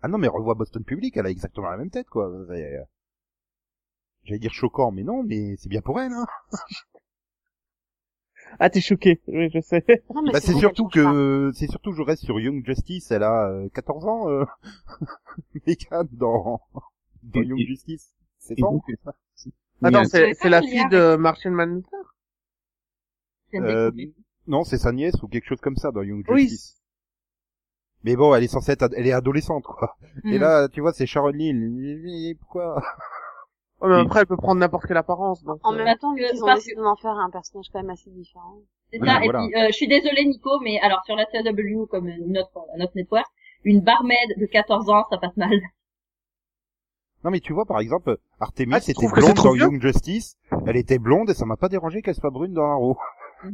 Ah non, mais revois Boston Public, elle a exactement la même tête, quoi. C'est, euh, J'allais dire choquant, mais non, mais c'est bien pour elle, hein. Ah, t'es choqué. Oui, <laughs> je sais. Non, mais Bah, c'est bon, surtout elle change que, c'est surtout, je reste sur Young Justice, elle a euh, 14 ans, euh... <laughs> Megan dans, dans Et- Young et- Justice. C'est Et bon? Ah. donc, euh, c'est- Attends, mais, c'est, c'est la Il y fille a- de Martian Manhunter. Euh, non, c'est sa nièce ou quelque chose comme ça dans Young Oui. Justice. Mais bon, elle est censée être, ad- elle est adolescente, quoi. Mm. Et là, tu vois, c'est Sharon Neal. Pourquoi Oh, mais Oui. après, elle peut prendre n'importe quelle apparence. Donc, En euh, même temps, Parce que- ils ont parce décidé d'en faire un personnage quand même assez différent. <laughs> C'est Oui, ça. voilà. Et puis, euh, je suis désolée, Nico, mais alors sur la CW comme euh, notre notre network, une barmaid de 14 ans, ça passe mal. Non, mais tu vois, par exemple, Artemis Ah, tu était trouves que c'est blonde trop dans vieux Young Justice. Elle était blonde et ça m'a pas dérangé qu'elle soit brune dans <laughs> Arrow. euh,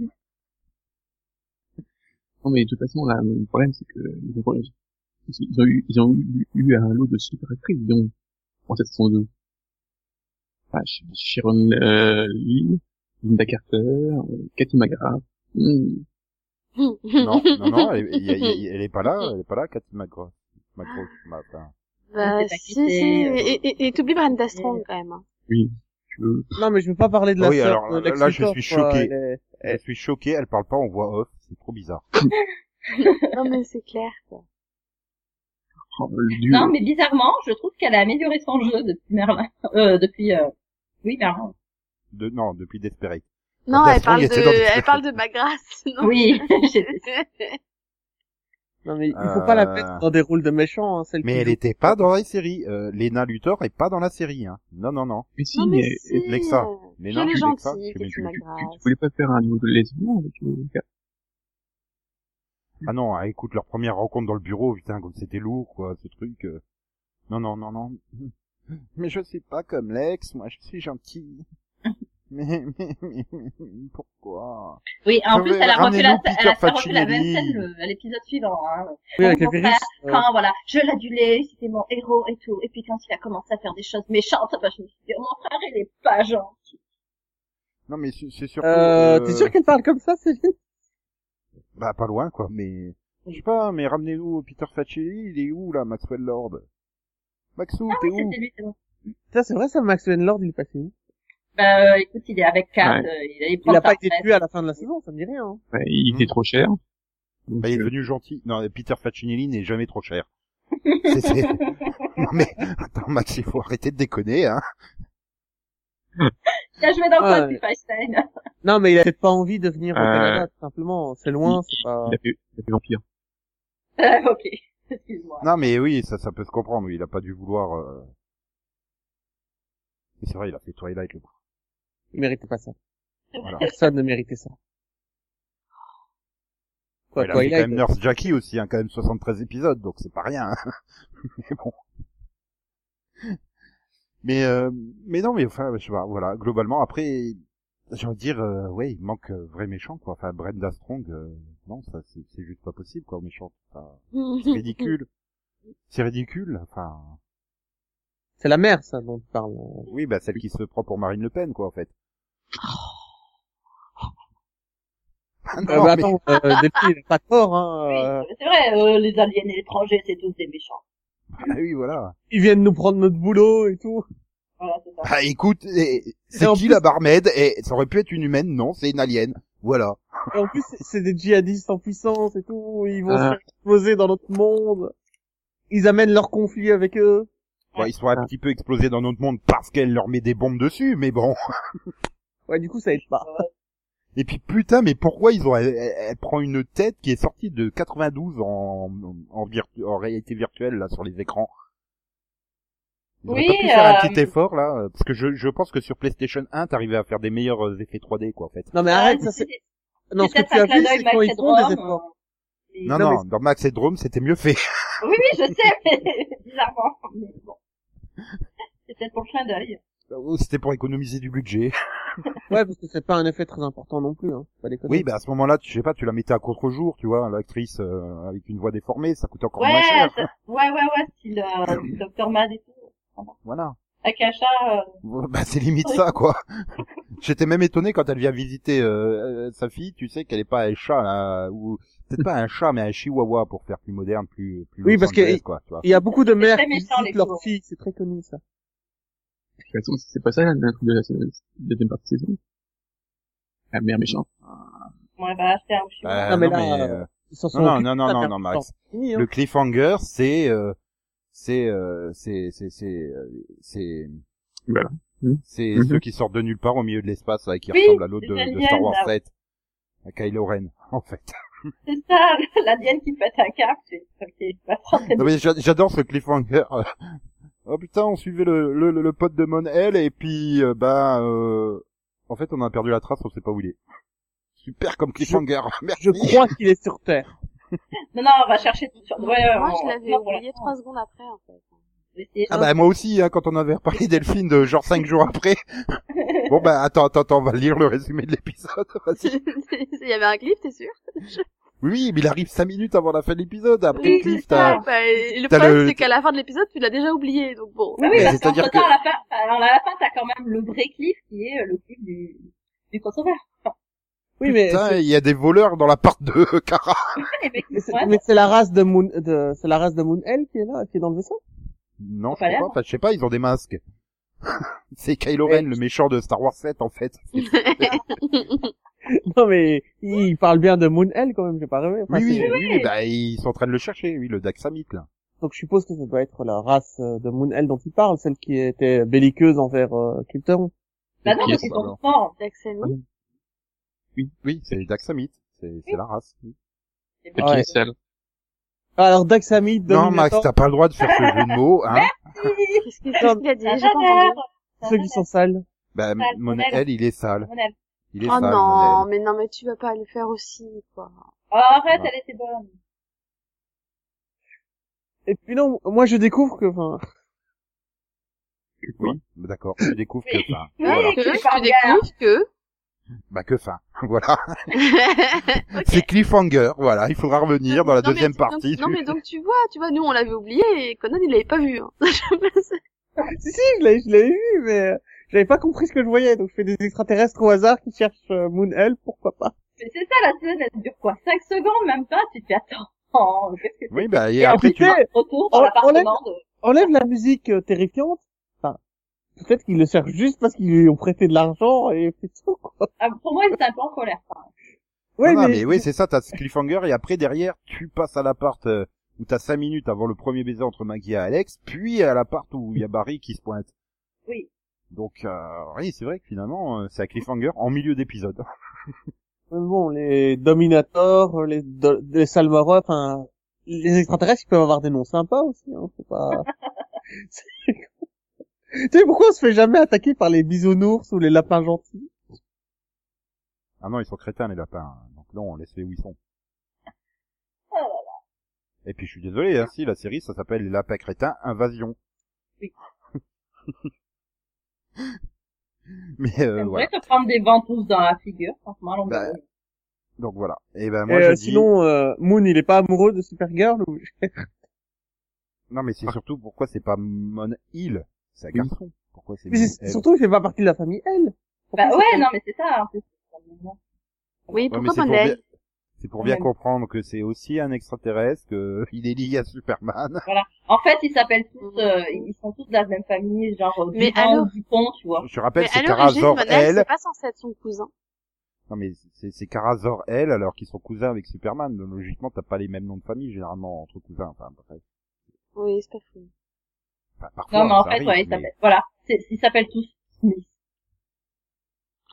non, mais de toute façon, là, le problème, c'est que, ils ont, ils ont eu, ils ont eu, eu un lot de super actrices, disons, en cette saison 2. Ah, Sh- Sharon, euh, Lee, Linda Carter, euh, Cathy McGrath. Hmm. Non, non, non, elle, elle- elle- elle est pas là, elle est pas là, Cathy McGraw. McGraw, enfin, Je Bah, sais pas si, qui si, c'est, euh, et, et, et t'oublies Brenda Strong, quand <laughs> même. hein. Oui, tu veux. Non, mais je veux pas parler de la Oui, sœur alors, de là, Lex là, je Luthor, suis quoi. choqué. Elle est- Je suis choqué, elle parle pas en voix off, c'est trop bizarre. Non, mais c'est clair, quoi. Oh, le dieu. Non, mais bizarrement, je trouve qu'elle a amélioré son jeu depuis Merlin. Euh, depuis euh, oui Merlin. De, non, depuis Desperate. Non, Brenda elle Strong parle était dans de, Doctor elle parle de Bagras, <laughs> non? Oui. <laughs> j'étais- Non, mais il faut pas la mettre dans des rôles de méchants, hein, celle Euh. Mais qui elle joue. était pas dans la série. Euh, Lena Luthor est pas dans la série, hein. Non, non, non. Mais si, Non, mais, mais si. Lexa. euh, Mais Je non, l'ai tu mets ça, gentille, tu mets- Cathy tu- tu- tu, McGrath. tu voulais pas faire un niveau de lesbien avec, euh, Car- Ah non, ah, écoute, leur première rencontre dans le bureau, putain, comme c'était lourd, quoi, ce truc. euh. Non, non, non, non. <laughs> Mais je suis pas comme Lex, moi je suis gentil. <laughs> mais, mais, mais, mais, mais pourquoi Oui, en Je plus, vais elle a refait ramener-nous la, elle a Peter refait la même Facinelli. scène euh, à l'épisode suivant. Hein. Oui, avec Mon les virus. euh. frère, Quand voilà, je l'adulais, c'était mon héros et tout. Et puis quand il a commencé à faire des choses méchantes, bah, je me suis dit, oh, mon frère, il est pas gentil. Non mais c'est c'est surtout... euh, Euh, t'es sûr qu'elle parle comme ça, Céline? Bah pas loin, quoi, mais... Je sais pas, mais ramenez-nous Peter Facelli, il est où, là, Maxwell Lord Maxou, Ah, t'es où C'était lui, c'est bon. Putain, c'est vrai, ça, Max Lord, il est passé où? Bah, euh, écoute, il est avec Kat, euh, il allait Il prendre a pas sa été retraite. tué à la fin de la saison, ça me dit rien, hein. Ouais, il Mhm. était trop cher. Donc, Bah, il est euh, devenu gentil. Non, Peter Facinelli n'est jamais trop cher. C'est- c'est- non mais, attends Max, il faut arrêter de déconner, hein. Il a joué dans Ah, quoi, ouais. Steve Einstein <laughs> Non, mais il a peut-être pas envie de venir au Euh, Canada, tout simplement. C'est loin, il, c'est pas... il a fait, il a fait vampire. Euh, Ok, excuse-moi. Non mais oui, ça, ça peut se comprendre. oui, Il a pas dû vouloir. Euh... Mais c'est vrai, il a fait Twilight le coup. Il méritait pas ça. Voilà. Personne ne méritait ça. Quoi, il a quoi, fait il quand a- même Nurse Jackie aussi, hein, quand même 73 épisodes, donc c'est pas rien. hein. <laughs> mais bon. Mais euh, mais non, mais enfin, je sais pas. Voilà, globalement, après, j'ai envie de dire, euh, ouais, il manque euh, vrai méchant quoi. Enfin, Brenda Strong, euh, non, ça c'est c'est juste pas possible quoi, méchant. Enfin, <laughs> c'est ridicule. C'est ridicule. Enfin, C'est la mère, ça, dont tu parles. euh. oui, bah celle qui se prend pour Marine Le Pen quoi, en fait. Ah non, Euh, bah, mais- attends, <laughs> euh, Delphine, il est pas fort, hein. euh, Oui, c'est vrai, euh, les aliens et l'étranger, c'est tous des méchants. Ah oui, voilà. Ils viennent nous prendre notre boulot et tout. Voilà, c'est ça. Ah, écoute, eh, c'est Et en qui plus- la barmaid Et ça aurait pu être une humaine, non, c'est une alien. Voilà. Et en plus, c'est- c'est des djihadistes en puissance et tout. Ils vont se Ah. faire exploser dans notre monde. Ils amènent leur conflit avec eux. Bon, Bah, ils sont un petit peu explosés dans notre monde parce qu'elle leur met des bombes dessus, mais bon. Ouais, du coup, ça aide pas. Et puis putain, mais pourquoi ils ont elle, elle- elle prend une tête qui est sortie de 92 en en, virtu- en réalité virtuelle là sur les écrans. Ils auraient Oui, pas pu faire un euh, petit effort là, parce que je, je pense que sur PlayStation 1, t'arrivais à faire des meilleurs euh, effets 3D quoi en fait. Non, mais arrête, ça c'est... Non, ce que peut-être tu un as clin vu, d'œil c'est Max quand ils font Headroom, des efforts. euh, Non Non, non, mais- dans Max et Drome, c'était mieux fait. <laughs> Oui, oui, je sais, <laughs> mais bizarrement. mais bon. C'est peut-être pour le clin d'œil. C'était pour économiser du budget. Ouais, parce que c'est pas un effet très important non plus, hein. Faut Pas déconner. Oui, bah à ce moment-là, tu je sais pas, tu la mettais à contre-jour, tu vois, l'actrice euh, avec une voix déformée, ça coûte encore moins Ouais, cher. ça- ouais, ouais, ouais, style euh, Dr. Mad et tout. Voilà. Akasha, euh, Bah c'est limite ça <laughs> quoi. J'étais même étonné quand elle vient visiter euh, euh, sa fille, tu sais qu'elle est pas un chat là, ou peut-être pas un chat mais un chihuahua pour faire plus moderne, plus plus Oui, Los parce que- Angeles, quoi, tu vois. Il y a beaucoup de C'est mères très qui méchant, les visitent leur pauvres. fille, c'est très connu ça. De toute façon, si c'est pas ça, la la- de la la deuxième partie de saison. La mère méchante. ouais, bah, c'est un chien. Bah, Non, mais non, là, mais, euh, euh, Ils s'en sont non, occupés, non, non, ça, non, faire non, du Max. temps. Fini, hein. le cliffhanger c'est euh, c'est euh, c'est c'est c'est euh, c'est Hmm. Voilà. c'est Mhm. ceux qui sortent de nulle part au milieu de l'espace là, qui Oui, ressemblent à l'autre de, les de aliens, Star Wars là. 7 à Kylo Ren <laughs> en fait. C'est ça, l'alien qui pète un câble, c'est, ok, va prendre cette Non, mais j'a- j'adore ce cliffhanger. <laughs> Oh putain, on suivait le, le, le- le pote de Monel et puis euh, bah euh, en fait on a perdu la trace, on sait pas où il est. Super comme cliffhanger. Merci. Je crois qu'il est sur Terre. Non, non, on va chercher tout sur... Ouais, Moi, on- je l'avais non, on va- oublié trois secondes après, en fait. on va essayer. Ah bah moi aussi hein, quand on avait reparlé Delphine de genre cinq jours après. bon bah attends attends attends, on va lire le résumé de l'épisode. <laughs> Vas-y. <laughs> Il y avait un clip, t'es sûr Oui, mais il arrive cinq minutes avant la fin de l'épisode. Après le cliff, c'est ça. t'as Bah, et le t'as problème, le- c'est qu'à la fin de l'épisode, tu l'as déjà oublié, donc bon. Oui, oui, Mais parce c'est-à-dire qu'entre temps, à la fin, alors, à la fin, t'as quand même le vrai cliff qui est euh, le cliff du, du crossover. Oui, mais putain, il y a des voleurs dans l'appart de <laughs> Kara. Les mecs qui mais c'est sont là, mais c'est la race de Moon, de, c'est la race de Moon Hell qui est là, qui est dans le vaisseau. Non, je Pas sais l'air. pas, enfin, je sais pas, ils ont des masques. <laughs> C'est Kylo Ren, Ouais. le méchant de Star Wars 7 en fait. Non mais il parle bien de Moon Hell quand même, j'ai pas rêvé. Enfin, Oui, oui, c'est- oui, oui, bah, ils sont en train de le chercher, oui, le Daxamite, là. Donc je suppose que ça doit être la race euh, de Moon Hell dont il parle, celle qui était belliqueuse envers euh, Krypton. bah non, Qui parce est qu'ils pas, sont alors forts. Jackson. Oui, c'est le Daxamite, c'est c'est la race. oui. c'est Et bon. Ah puis, ouais. sale. Ah, Alors Daxamite, Non, Max, Dominator, t'as pas le droit de faire ce jeu de mots, hein. Qu'est-ce qu'il qu'est-ce qu'il a dit Ça J'ai pas entendu. ceux qui sont sales. Bah, Sale, mon, Monel. elle, il est sale. Monel. Il est Oh sale, non, Monel. mais non, mais tu vas pas le faire aussi, quoi. Oh, arrête, Ouais. elle était bonne. Et puis non, moi je découvre que, enfin, Oui, bah, d'accord, tu découvres que fin. Oui, Voilà. que Que tu parles tu découvres <laughs> que... Bah, que fin. <laughs> Voilà. C'est cliffhanger, voilà. Il faudra revenir dans la Non, mais deuxième donc- partie. Non, mais donc tu vois, tu vois, nous on l'avait oublié et Conan il l'avait pas <laughs> vu. hein. si si, je l'avais, je l'avais vu, mais euh, j'avais pas compris ce que je voyais, donc je fais des extraterrestres au hasard qui cherchent euh, Moon Hell, pourquoi pas. Mais c'est ça, la scène, elle dure quoi? 5 secondes, même pas, tu te fais attends. <laughs> Oh, qu'est-ce que Oui, bah, et, Et après, tu... putain, c'est? Retour On- dans on l'appartement de... enlève la musique euh, terrifiante. Enfin, peut-être qu'ils le cherchent juste parce qu'ils lui ont prêté de l'argent et <laughs> c'est tout, quoi. Ah, pour moi, il était un peu en colère. quand même. Ouais, non, non, mais, Ah, mais oui, c'est ça, t'as ce cliffhanger, et après, derrière, tu passes à l'appart euh, où t'as cinq minutes avant le premier baiser entre Maggie et Alex, puis à l'appart où il y a Barry qui se pointe. Oui. Donc, euh, oui, c'est vrai que finalement, euh, c'est un cliffhanger en milieu d'épisode. mais euh, bon, les Dominators, les, do- les Salvaroi, enfin, les extraterrestres, ils peuvent avoir des noms sympas aussi, hein, c'est <laughs> pas... Tu sais, pourquoi on se fait jamais attaquer par les bisounours ou les lapins gentils Ah non, ils sont crétins, les lapins. Donc non, on laisse les où ils sont. là là. Et puis, je suis désolé, hein, si, la série, ça s'appelle Les lapins crétins, invasion. Oui. <laughs> mais, euh, J'aimerais voilà. te prendre des ventouses dans la figure, franchement, à longueur Bah, de- Donc voilà. Et ben, moi, Et, je euh, dis... Sinon, euh, Moon, il est pas amoureux de Supergirl ou... Non, mais c'est surtout pourquoi c'est pas Mon Hill. C'est un Oui. garçon. Pourquoi c'est Mais c'est- Mon Hill surtout, il fait pas partie de la famille, elle. Bah ouais, non, mais c'est ça, en plus. Oui, Ouais, mais pourquoi c'est pas pour Monel bien- C'est pour bien Ouais. comprendre que c'est aussi un extraterrestre, <laughs> qu'il est lié à Superman. En fait, ils s'appellent tous, euh, ils sont tous de la même famille, genre Mais Durand alors- ou Dupont, tu vois. Je rappelle, Mais c'est à Kara l'origine, Zor Monel, L. c'est pas censé être son cousin. Non mais c'est c'est Kara Zor L alors qu'ils sont cousins avec Superman. Donc, Logiquement, t'as pas les mêmes noms de famille généralement entre cousins. Enfin, bref. Oui, c'est pas fou. Enfin, parfois, Non, mais en ça fait, arrive, ouais, ils mais- s'appellent, voilà. C'est- Ils s'appellent tous Smith.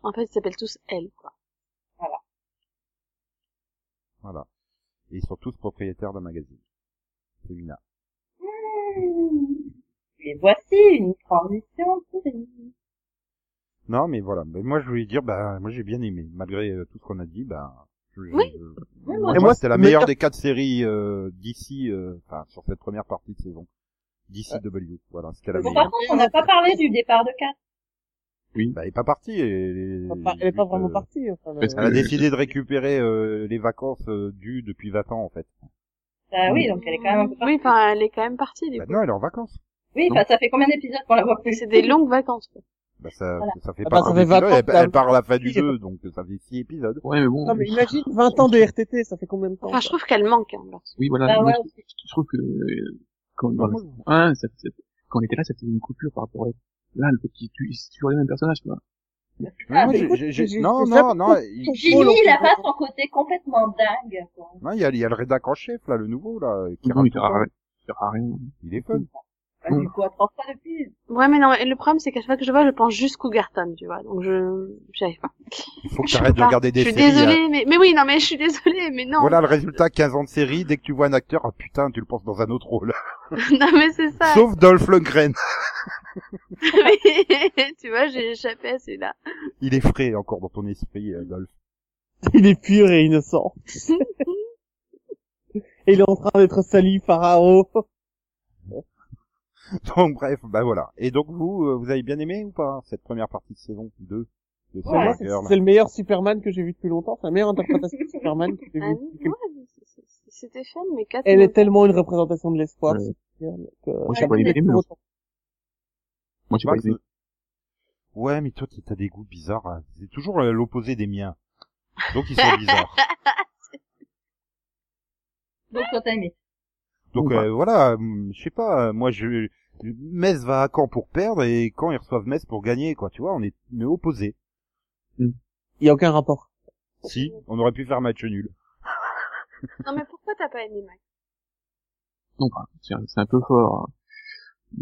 En fait, ils s'appellent tous elle, quoi. Voilà. Et ils sont tous propriétaires d'un magazine. Féminin. Mmh. Et voici une transition pourrie. Non mais voilà. Mais moi je voulais dire, bah moi j'ai bien aimé malgré euh, tout ce qu'on a dit. Bah je- Oui. je- Ouais, Moi, je Et ouais. pense moi, que c'était la c'est- meilleure mais- des quatre séries euh, d'ici, euh, enfin sur cette première partie de saison. DCW, voilà, c'était la Bon, Bon, Ah, meilleure. par contre, on n'a pas parlé du départ de Kat. Oui. Bah, elle est pas partie. Elle, Enfin, pas- Elle est pas vraiment euh, partie. Enfin, le- parce que- Elle a décidé de récupérer euh, les vacances euh, dues depuis 20 ans en fait. Bah oui, donc elle est quand même un peu Oui, partie. enfin, elle est quand même partie, du coup. Maintenant, Bah elle est en vacances. Oui, enfin, ça fait combien d'épisodes qu'on la voit plus Mais Euh, c'est des longues vacances, quoi. Bah, ça, Voilà. ça fait Ah pas bah, ça comme fait les pilotes, 20 ans elle, que la- elle part à la fin du Oui, j'ai 2, donc euh, ça fait 6 épisodes. Ouais, mais bon. Non, mais imagine 20 ans de RTT, ça fait combien de temps Enfin, je trouve qu'elle manque, hein, leur- Oui, voilà. Bah moi, ouais, je, je trouve que, euh, quand, dans Par le contre, saison 1, ça, ça- quand on était là, ça faisait une coupure par rapport à Là, le fait qu'ils tuent, c'est toujours les mêmes personnages, tu vois. non, Ah, bah, j'ai- écoute, j'ai- j'ai- j'ai- non, j'ai non, ça- non, il Jimmy, il a pas son côté complètement dingue, quoi. non, il y a, il y a le rédac en chef, là, le nouveau, là, qui Non, rame il tout sert le temps. à rien. Il sert à rien. Il est fun. Bah, Du coup, à trois fois depuis. Ouais, mais non, mais le problème, c'est qu'à chaque fois que je vois, je pense juste Cougarton, tu vois. Donc, je, j'arrive pas. Il faut que Je t'arrêtes peux de pas. regarder des Je suis séries. hein. désolée, mais, mais oui, non, mais je suis désolée, mais non. Voilà le résultat, 15 ans de série, dès que tu vois un acteur, ah putain, tu le penses dans un autre rôle. <laughs> non, mais c'est ça. <laughs> Sauf Dolph Lundgren. Mais, tu vois, j'ai échappé à celui-là. Il est frais encore dans ton esprit, euh, Dolph. Il est pur et <laughs> innocent. et il est en train d'être sali par Aro. <laughs> Donc bref, bah voilà. Et donc vous, euh, vous avez bien aimé ou pas cette première partie de saison 2 de Pour moi, Supergirl c'est c'est le meilleur Superman que j'ai vu depuis longtemps. C'est la meilleure interprétation de Superman que j'ai Ah, vue. ouais, c'est- c'est- c'était fun, mais quatre. Elle est minutes. tellement une représentation de l'espoir. Ouais. Supergirl, que- Bah, Moi, j'ai ça pas aimé, peut être mais- autant. Moi, j'ai pas Max, aimé. Ouais, mais toi, t'as- t'as des goûts bizarres. hein. C'est toujours euh, l'opposé des miens. Donc ils sont <laughs> bizarres. Donc, toi, t'as aimé. Donc Ouais. euh, voilà, hum, je sais pas, euh, moi je Metz va à Caen pour perdre et Caen ils reçoivent Metz pour gagner quoi, tu vois, on est, on est opposés. Il y a aucun rapport. Si, on aurait pu faire match nul. Non, mais pourquoi t'as pas aimé Max? Non, bah, c'est un- c'est un peu fort. hein.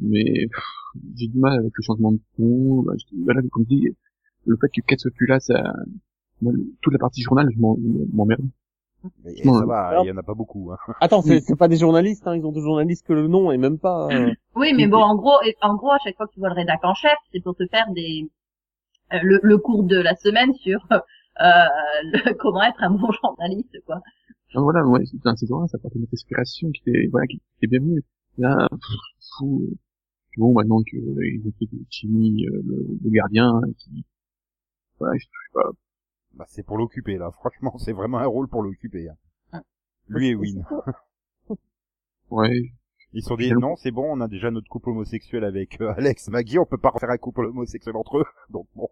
Mais pff, j'ai du mal avec le changement de ton. Bah, j'ai du mal, comme je dis, le fait que 4 soit plus là, ça... moi, le- toute la partie journal, je m'en- je m'emmerde. Mais eh, Ouais. ça va, Alors- il y en a pas beaucoup. Hein. Attends, c'est c'est pas des journalistes, hein. Ils ont des journalistes que le nom et même pas. euh, Oui, mais bon, en gros, et- en gros, à chaque fois que tu vois le rédac en chef, c'est pour te faire des, euh, le, le cours de la semaine sur, euh, le- <laughs> comment être un bon journaliste, quoi. Non, voilà, ouais, c'est- dans la saison 1, ça portait une respiration qui était, voilà, qui était bienvenue. Là, pff, fou. euh, Bon, maintenant que euh, ils ont fait de Jimmy, euh, le, le gardien, et qui, voilà, je sais pas. Bah, c'est pour l'occuper là, franchement, c'est vraiment un rôle pour l'occuper. hein. Lui et Win. Ouais, Ils sont dit Quel- non, c'est bon, on a déjà notre couple homosexuel avec euh, <laughs> Alex, Maggie, on peut pas refaire un couple homosexuel entre eux. <laughs> Donc bon.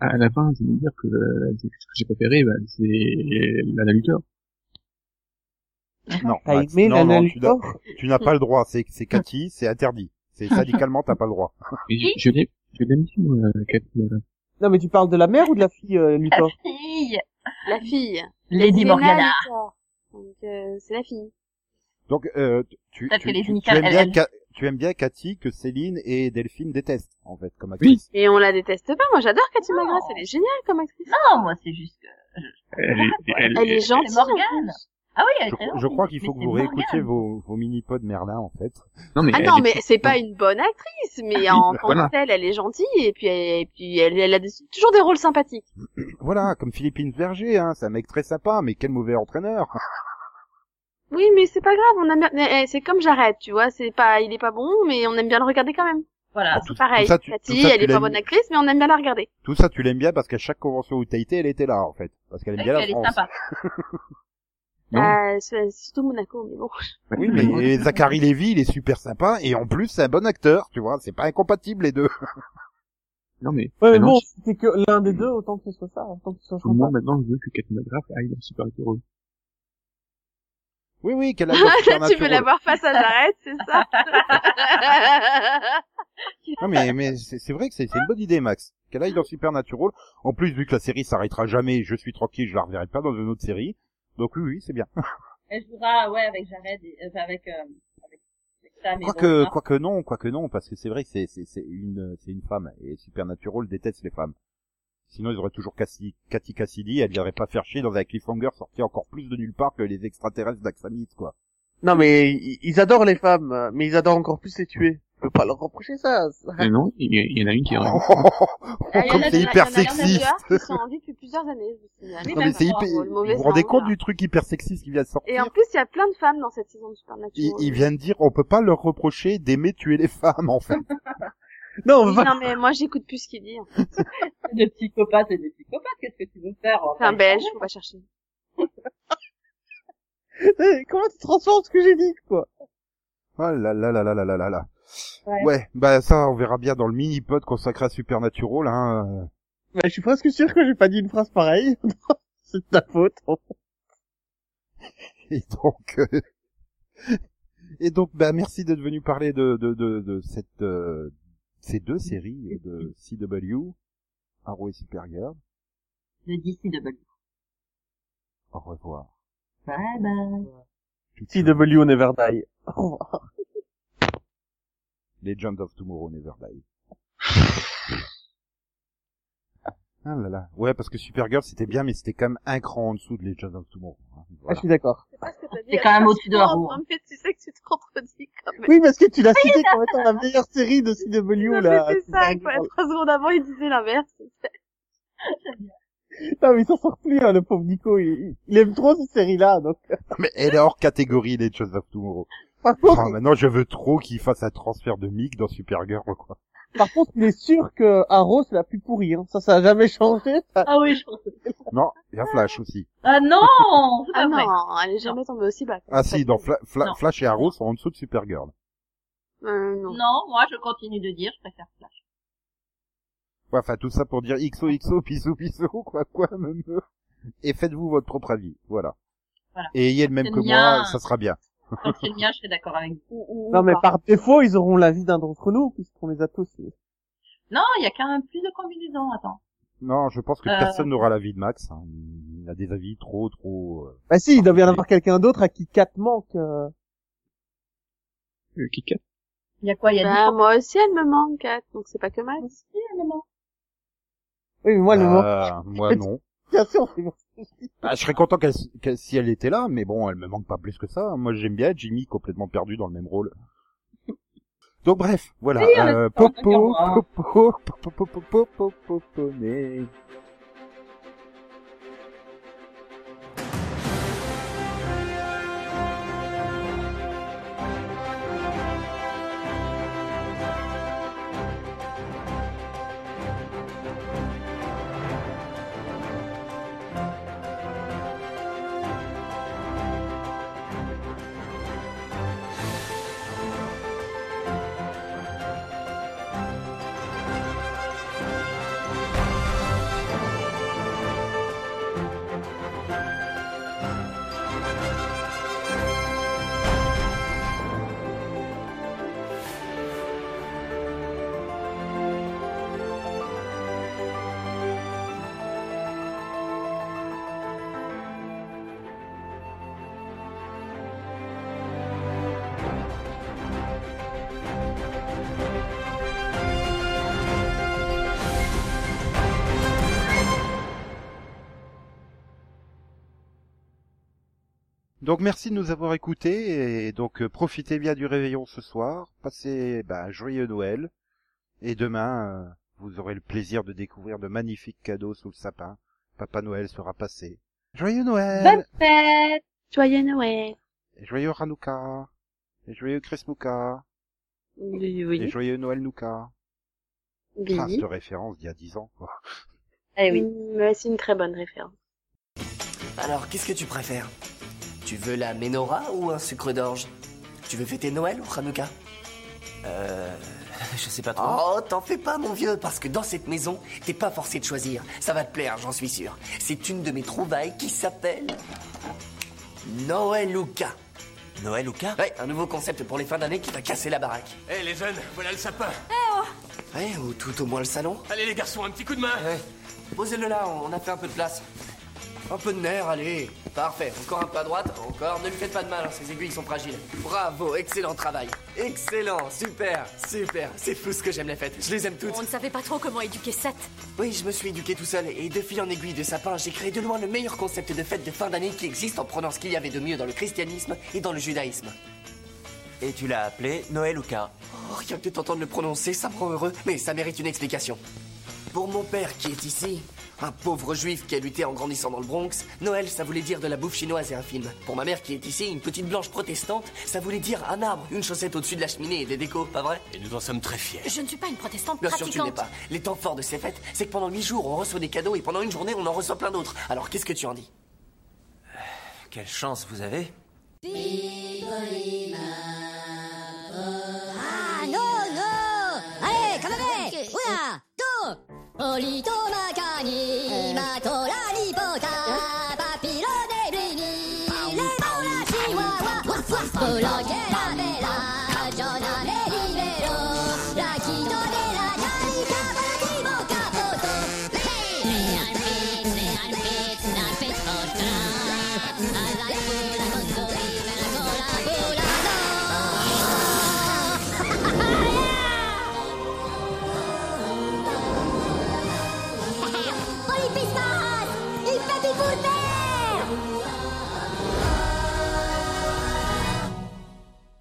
à, à la fin, je vais dire que euh, c'est- ce que j'ai préféré, bah, c'est euh, la, la lutteur. Non, T'as Max, aimé non, non, l'anal tu n'as- tu n'as pas le droit, c'est c'est Cathy, c'est interdit. C'est syndicalement t'as pas le droit. Et je, je l'ai, je l'ai mis, moi, Cathy, euh, Non, mais tu parles de la mère ou de la fille, euh, Luthor Fille! La fille. Lady Elena Morgana. Luthor. Donc, euh, c'est la fille. Donc euh, tu- tu, Parce tu, que les tu- tu Nickel, aimes bien elles- Ca- tu aimes bien Cathy que Céline et Delphine détestent en fait comme Oui. actrice. Et on la déteste pas. Moi, j'adore Cathy Non. Magras. Elle est géniale comme actrice. Non, moi, c'est juste que... elle, est, elle, Ah, Elle est est- gentille. en Morgane. plus. Ah oui, elle est Je, très cro- je gentille. crois qu'il Mais faut que c'est vous Morgane. réécoutiez vos, vos mini-pods Merlin en fait. non, mais Ah elle non, est- mais c'est pas une bonne actrice, mais en tant voilà. que telle, elle est gentille et puis elle, et puis elle, elle a des- toujours des rôles sympathiques. Voilà, comme Philippine Verger, hein, c'est un mec très sympa, mais quel mauvais entraîneur. Oui, mais c'est pas grave, on aime bien- mais, eh, c'est comme j'arrête, tu vois, c'est pas, il est pas bon, mais on aime bien le regarder quand même. Ah, Voilà. C'est pareil. tout ça, tu- Cathy, tout ça, tu elle est pas l'aimes. bonne actrice, mais on aime bien la regarder. Tout ça tu l'aimes bien parce qu'à chaque convention où t'as été, elle était là en fait, parce qu'elle aime bien la Elle est France. sympa. Non. Euh, c'est- c'est surtout Monaco, mais bon. Oui, mais et Zachary Lévy, il est super sympa et en plus c'est un bon acteur, tu vois, c'est pas incompatible les deux. non, mais, Ouais, mais maintenant, bon, je- c'était que l'un des deux, autant que ce soit ça, autant que ce soit pour moi, Chantal. maintenant, je veux que Cathy McGrath aille dans Super Hero. Oui, oui, <laughs> qu'elle a tu veux la voir face à j'arrête, c'est ça? Ah, Non, mais, mais c'est c'est vrai que c'est c'est une bonne idée, Max. Qu'elle aille dans Supernatural. En plus, vu que la série s'arrêtera jamais, je suis tranquille, je la reverrai pas dans une autre série. Donc oui, oui, c'est bien. Elle jouera, ouais, avec Jared, et- euh, enfin, avec, euh, avec, avec Sam et Quoique, hein. Donna. quoique non, quoique non, parce que c'est vrai que c'est c'est- c'est une, c'est une femme. Et Supernatural déteste les femmes. Sinon, ils auraient toujours Cassi- Cathy Cassidy, elle viendrait pas faire chier dans un cliffhanger sorti encore plus de nulle part que les extraterrestres d'Axamit, quoi. Non, mais i- ils adorent les femmes, euh, mais ils adorent encore plus les tuer. Je peux pas leur reprocher ça. <laughs> ça. Mais non, il y, il y en a une qui est vraiment- Ah, il y en Comme a- c'est il y en a- hyper il y en a- il y en a sexiste. plusieurs qui sont en vie depuis plusieurs années, je vous signale. Oui, Non, mais c'est hyper, Pour le mauvais vous vous rendez sens, compte voilà. du truc hyper sexiste qui vient de sortir? Et en plus, il y a plein de femmes dans cette saison de Il, Supernatural. <laughs> il vient de dire, on peut pas leur reprocher d'aimer tuer les femmes, en fait. Non, on <laughs> Oui, va pas- Non, mais moi, j'écoute plus ce qu'il dit. Des psychopathes et des psychopathes, qu'est-ce que tu veux faire hein C'est un belge, faut pas chercher. Eh, Comment tu transformes ce que j'ai dit, quoi Ah là là là là là là là là. Ouais. Ouais. bah ça, on verra bien dans le mini-pod consacré à Supernatural. Hein. <laughs> euh. bah, Je suis presque sûr que j'ai pas dit une phrase pareille. <laughs> C'est de ta faute. Et donc, euh, <laughs> et donc, bah merci d'être venu parler de de de, de cette euh, ces deux séries de CW, Arrow et Supergirl. De DCW. Au revoir. Bye bye. CW Never Die. Ah, Au revoir. Legends of Tomorrow Never Die. Ah là là. Ouais, parce que Supergirl c'était bien, mais c'était quand même un cran en dessous de Legends of Tomorrow. hein. Ah, Voilà. je suis d'accord. C'est pas ce que t'as dit. C'est quand même au-dessus de la roue, hein. Non, mais tu sais que tu te contredis quand même. Oui, parce que tu l'as Ah, cité comme étant la meilleure série de CW, là. C'est ça, quoi. Trois secondes avant, il disait l'inverse. Non, mais il s'en sort plus, hein, le pauvre Nico. Il, il aime trop cette série-là, donc. Mais elle est hors catégorie Legends of Tomorrow. <laughs> Par Ah, contre, maintenant, je veux trop qu'il fasse un transfert de mic dans Supergirl, quoi. par contre, il est sûr que Arrow, c'est la plus pourrie, hein. Ça, ça a jamais changé. ça. Ah oui, je pense. que- Non, il y a Flash aussi. Ah non! c'est Ah pas vrai. non, elle est jamais tombée aussi bas. quoi. Ah si, dans Fla- Fla- Non. Flash et Arrow sont en dessous de Supergirl. Euh, non. Non, moi, je continue de dire, je préfère Flash. Ouais, enfin, tout ça pour dire XOXO, bisous, bisous, <laughs> quoi, quoi, me me. Et faites-vous votre propre avis, voilà. Voilà. Et ayez le même C'est que bien. moi, ça sera bien. Quand c'est le mien, je serai d'accord avec vous. Ou- ou- Non, ou mais pas. par défaut, ils auront la vie d'un d'entre nous, puisqu'on les a tous. Non, il y a quand même plus de combinaisons, attends. Non, je pense que Euh. personne n'aura l'avis de Max. hein. Il a des avis trop, trop... euh, Bah si, il doit bien y en avoir quelqu'un d'autre à qui 4 manque. euh. Le Kit Kat. Il y a quoi? Il y a Bah, moi aussi, elle me manque, Kat, donc c'est pas que Max. des moments. Oui, mais moi, le moment euh, moi, non. bien sûr, c'est Ah, je serais content qu'elle, s- qu'elle- si elle était là, mais bon, elle me manque pas plus que ça. Moi, j'aime bien Jimmy complètement perdu dans le même rôle. Donc bref, voilà. Oui, on Euh, est- on est popo, d'accord, popo, popo, popo, popo, poponné. Donc merci de nous avoir écoutés et donc euh, profitez bien du réveillon ce soir, passez bah, un joyeux Noël et demain euh, vous aurez le plaisir de découvrir de magnifiques cadeaux sous le sapin. Papa Noël sera passé. Joyeux Noël Bonne fête! Joyeux Noël. Et joyeux Hanouka. Et joyeux Christmouka. Oui, Et oui. joyeux Noël Nouka. oui. Prince de référence d'il y a 10 ans. quoi. Eh oui. Mm, ouais, c'est une très bonne référence. Alors, qu'est-ce que tu préfères Tu veux la menorah ou un sucre d'orge Tu veux fêter Noël ou Hanouka Euh. <laughs> Je sais pas trop. Oh, t'en fais pas, mon vieux, parce que dans cette maison, t'es pas forcé de choisir. Ça va te plaire, j'en suis sûr. C'est une de mes trouvailles qui s'appelle. Noël Luca. Noël ou cas Ouais, un nouveau concept pour les fins d'année qui va casser la baraque. Eh les jeunes, voilà le sapin Ouais, ou tout au moins le salon. Allez les garçons, un petit coup de main Ouais. Posez-le là, on a fait un peu de place. Un peu de nerf, allez. Parfait. Encore un peu à droite. Encore. Ne lui faites pas de mal, hein, ces aiguilles sont fragiles. Bravo, excellent travail. Excellent, super, super. C'est fou ce que j'aime les fêtes. Je les aime toutes. On ne savait pas trop comment éduquer Seth. Oui, je me suis éduqué tout seul et de fil en aiguille de sapin, j'ai créé de loin le meilleur concept de fête de fin d'année qui existe en prenant ce qu'il y avait de mieux dans le christianisme et dans le judaïsme. Et tu l'as appelé Noël ou cas Oh, rien que de t'entendre le prononcer, ça me rend heureux, mais ça mérite une explication. Pour mon père qui est ici, Un pauvre juif qui a lutté en grandissant dans le Bronx, Noël, ça voulait dire de la bouffe chinoise et un film. Pour ma mère qui est ici, une petite blanche protestante, ça voulait dire un arbre, une chaussette au-dessus de la cheminée et des décos, pas vrai Et nous en sommes très fiers. Je ne suis pas une protestante Bien sûr, pratiquante. tu n'es pas. Les temps forts de ces fêtes, c'est que pendant huit jours, on reçoit des cadeaux et pendant une journée, on en reçoit plein d'autres. Alors qu'est-ce que tu en dis Quelle chance vous avez Ah non, non Allez, comme avec Oula, do Polito Macani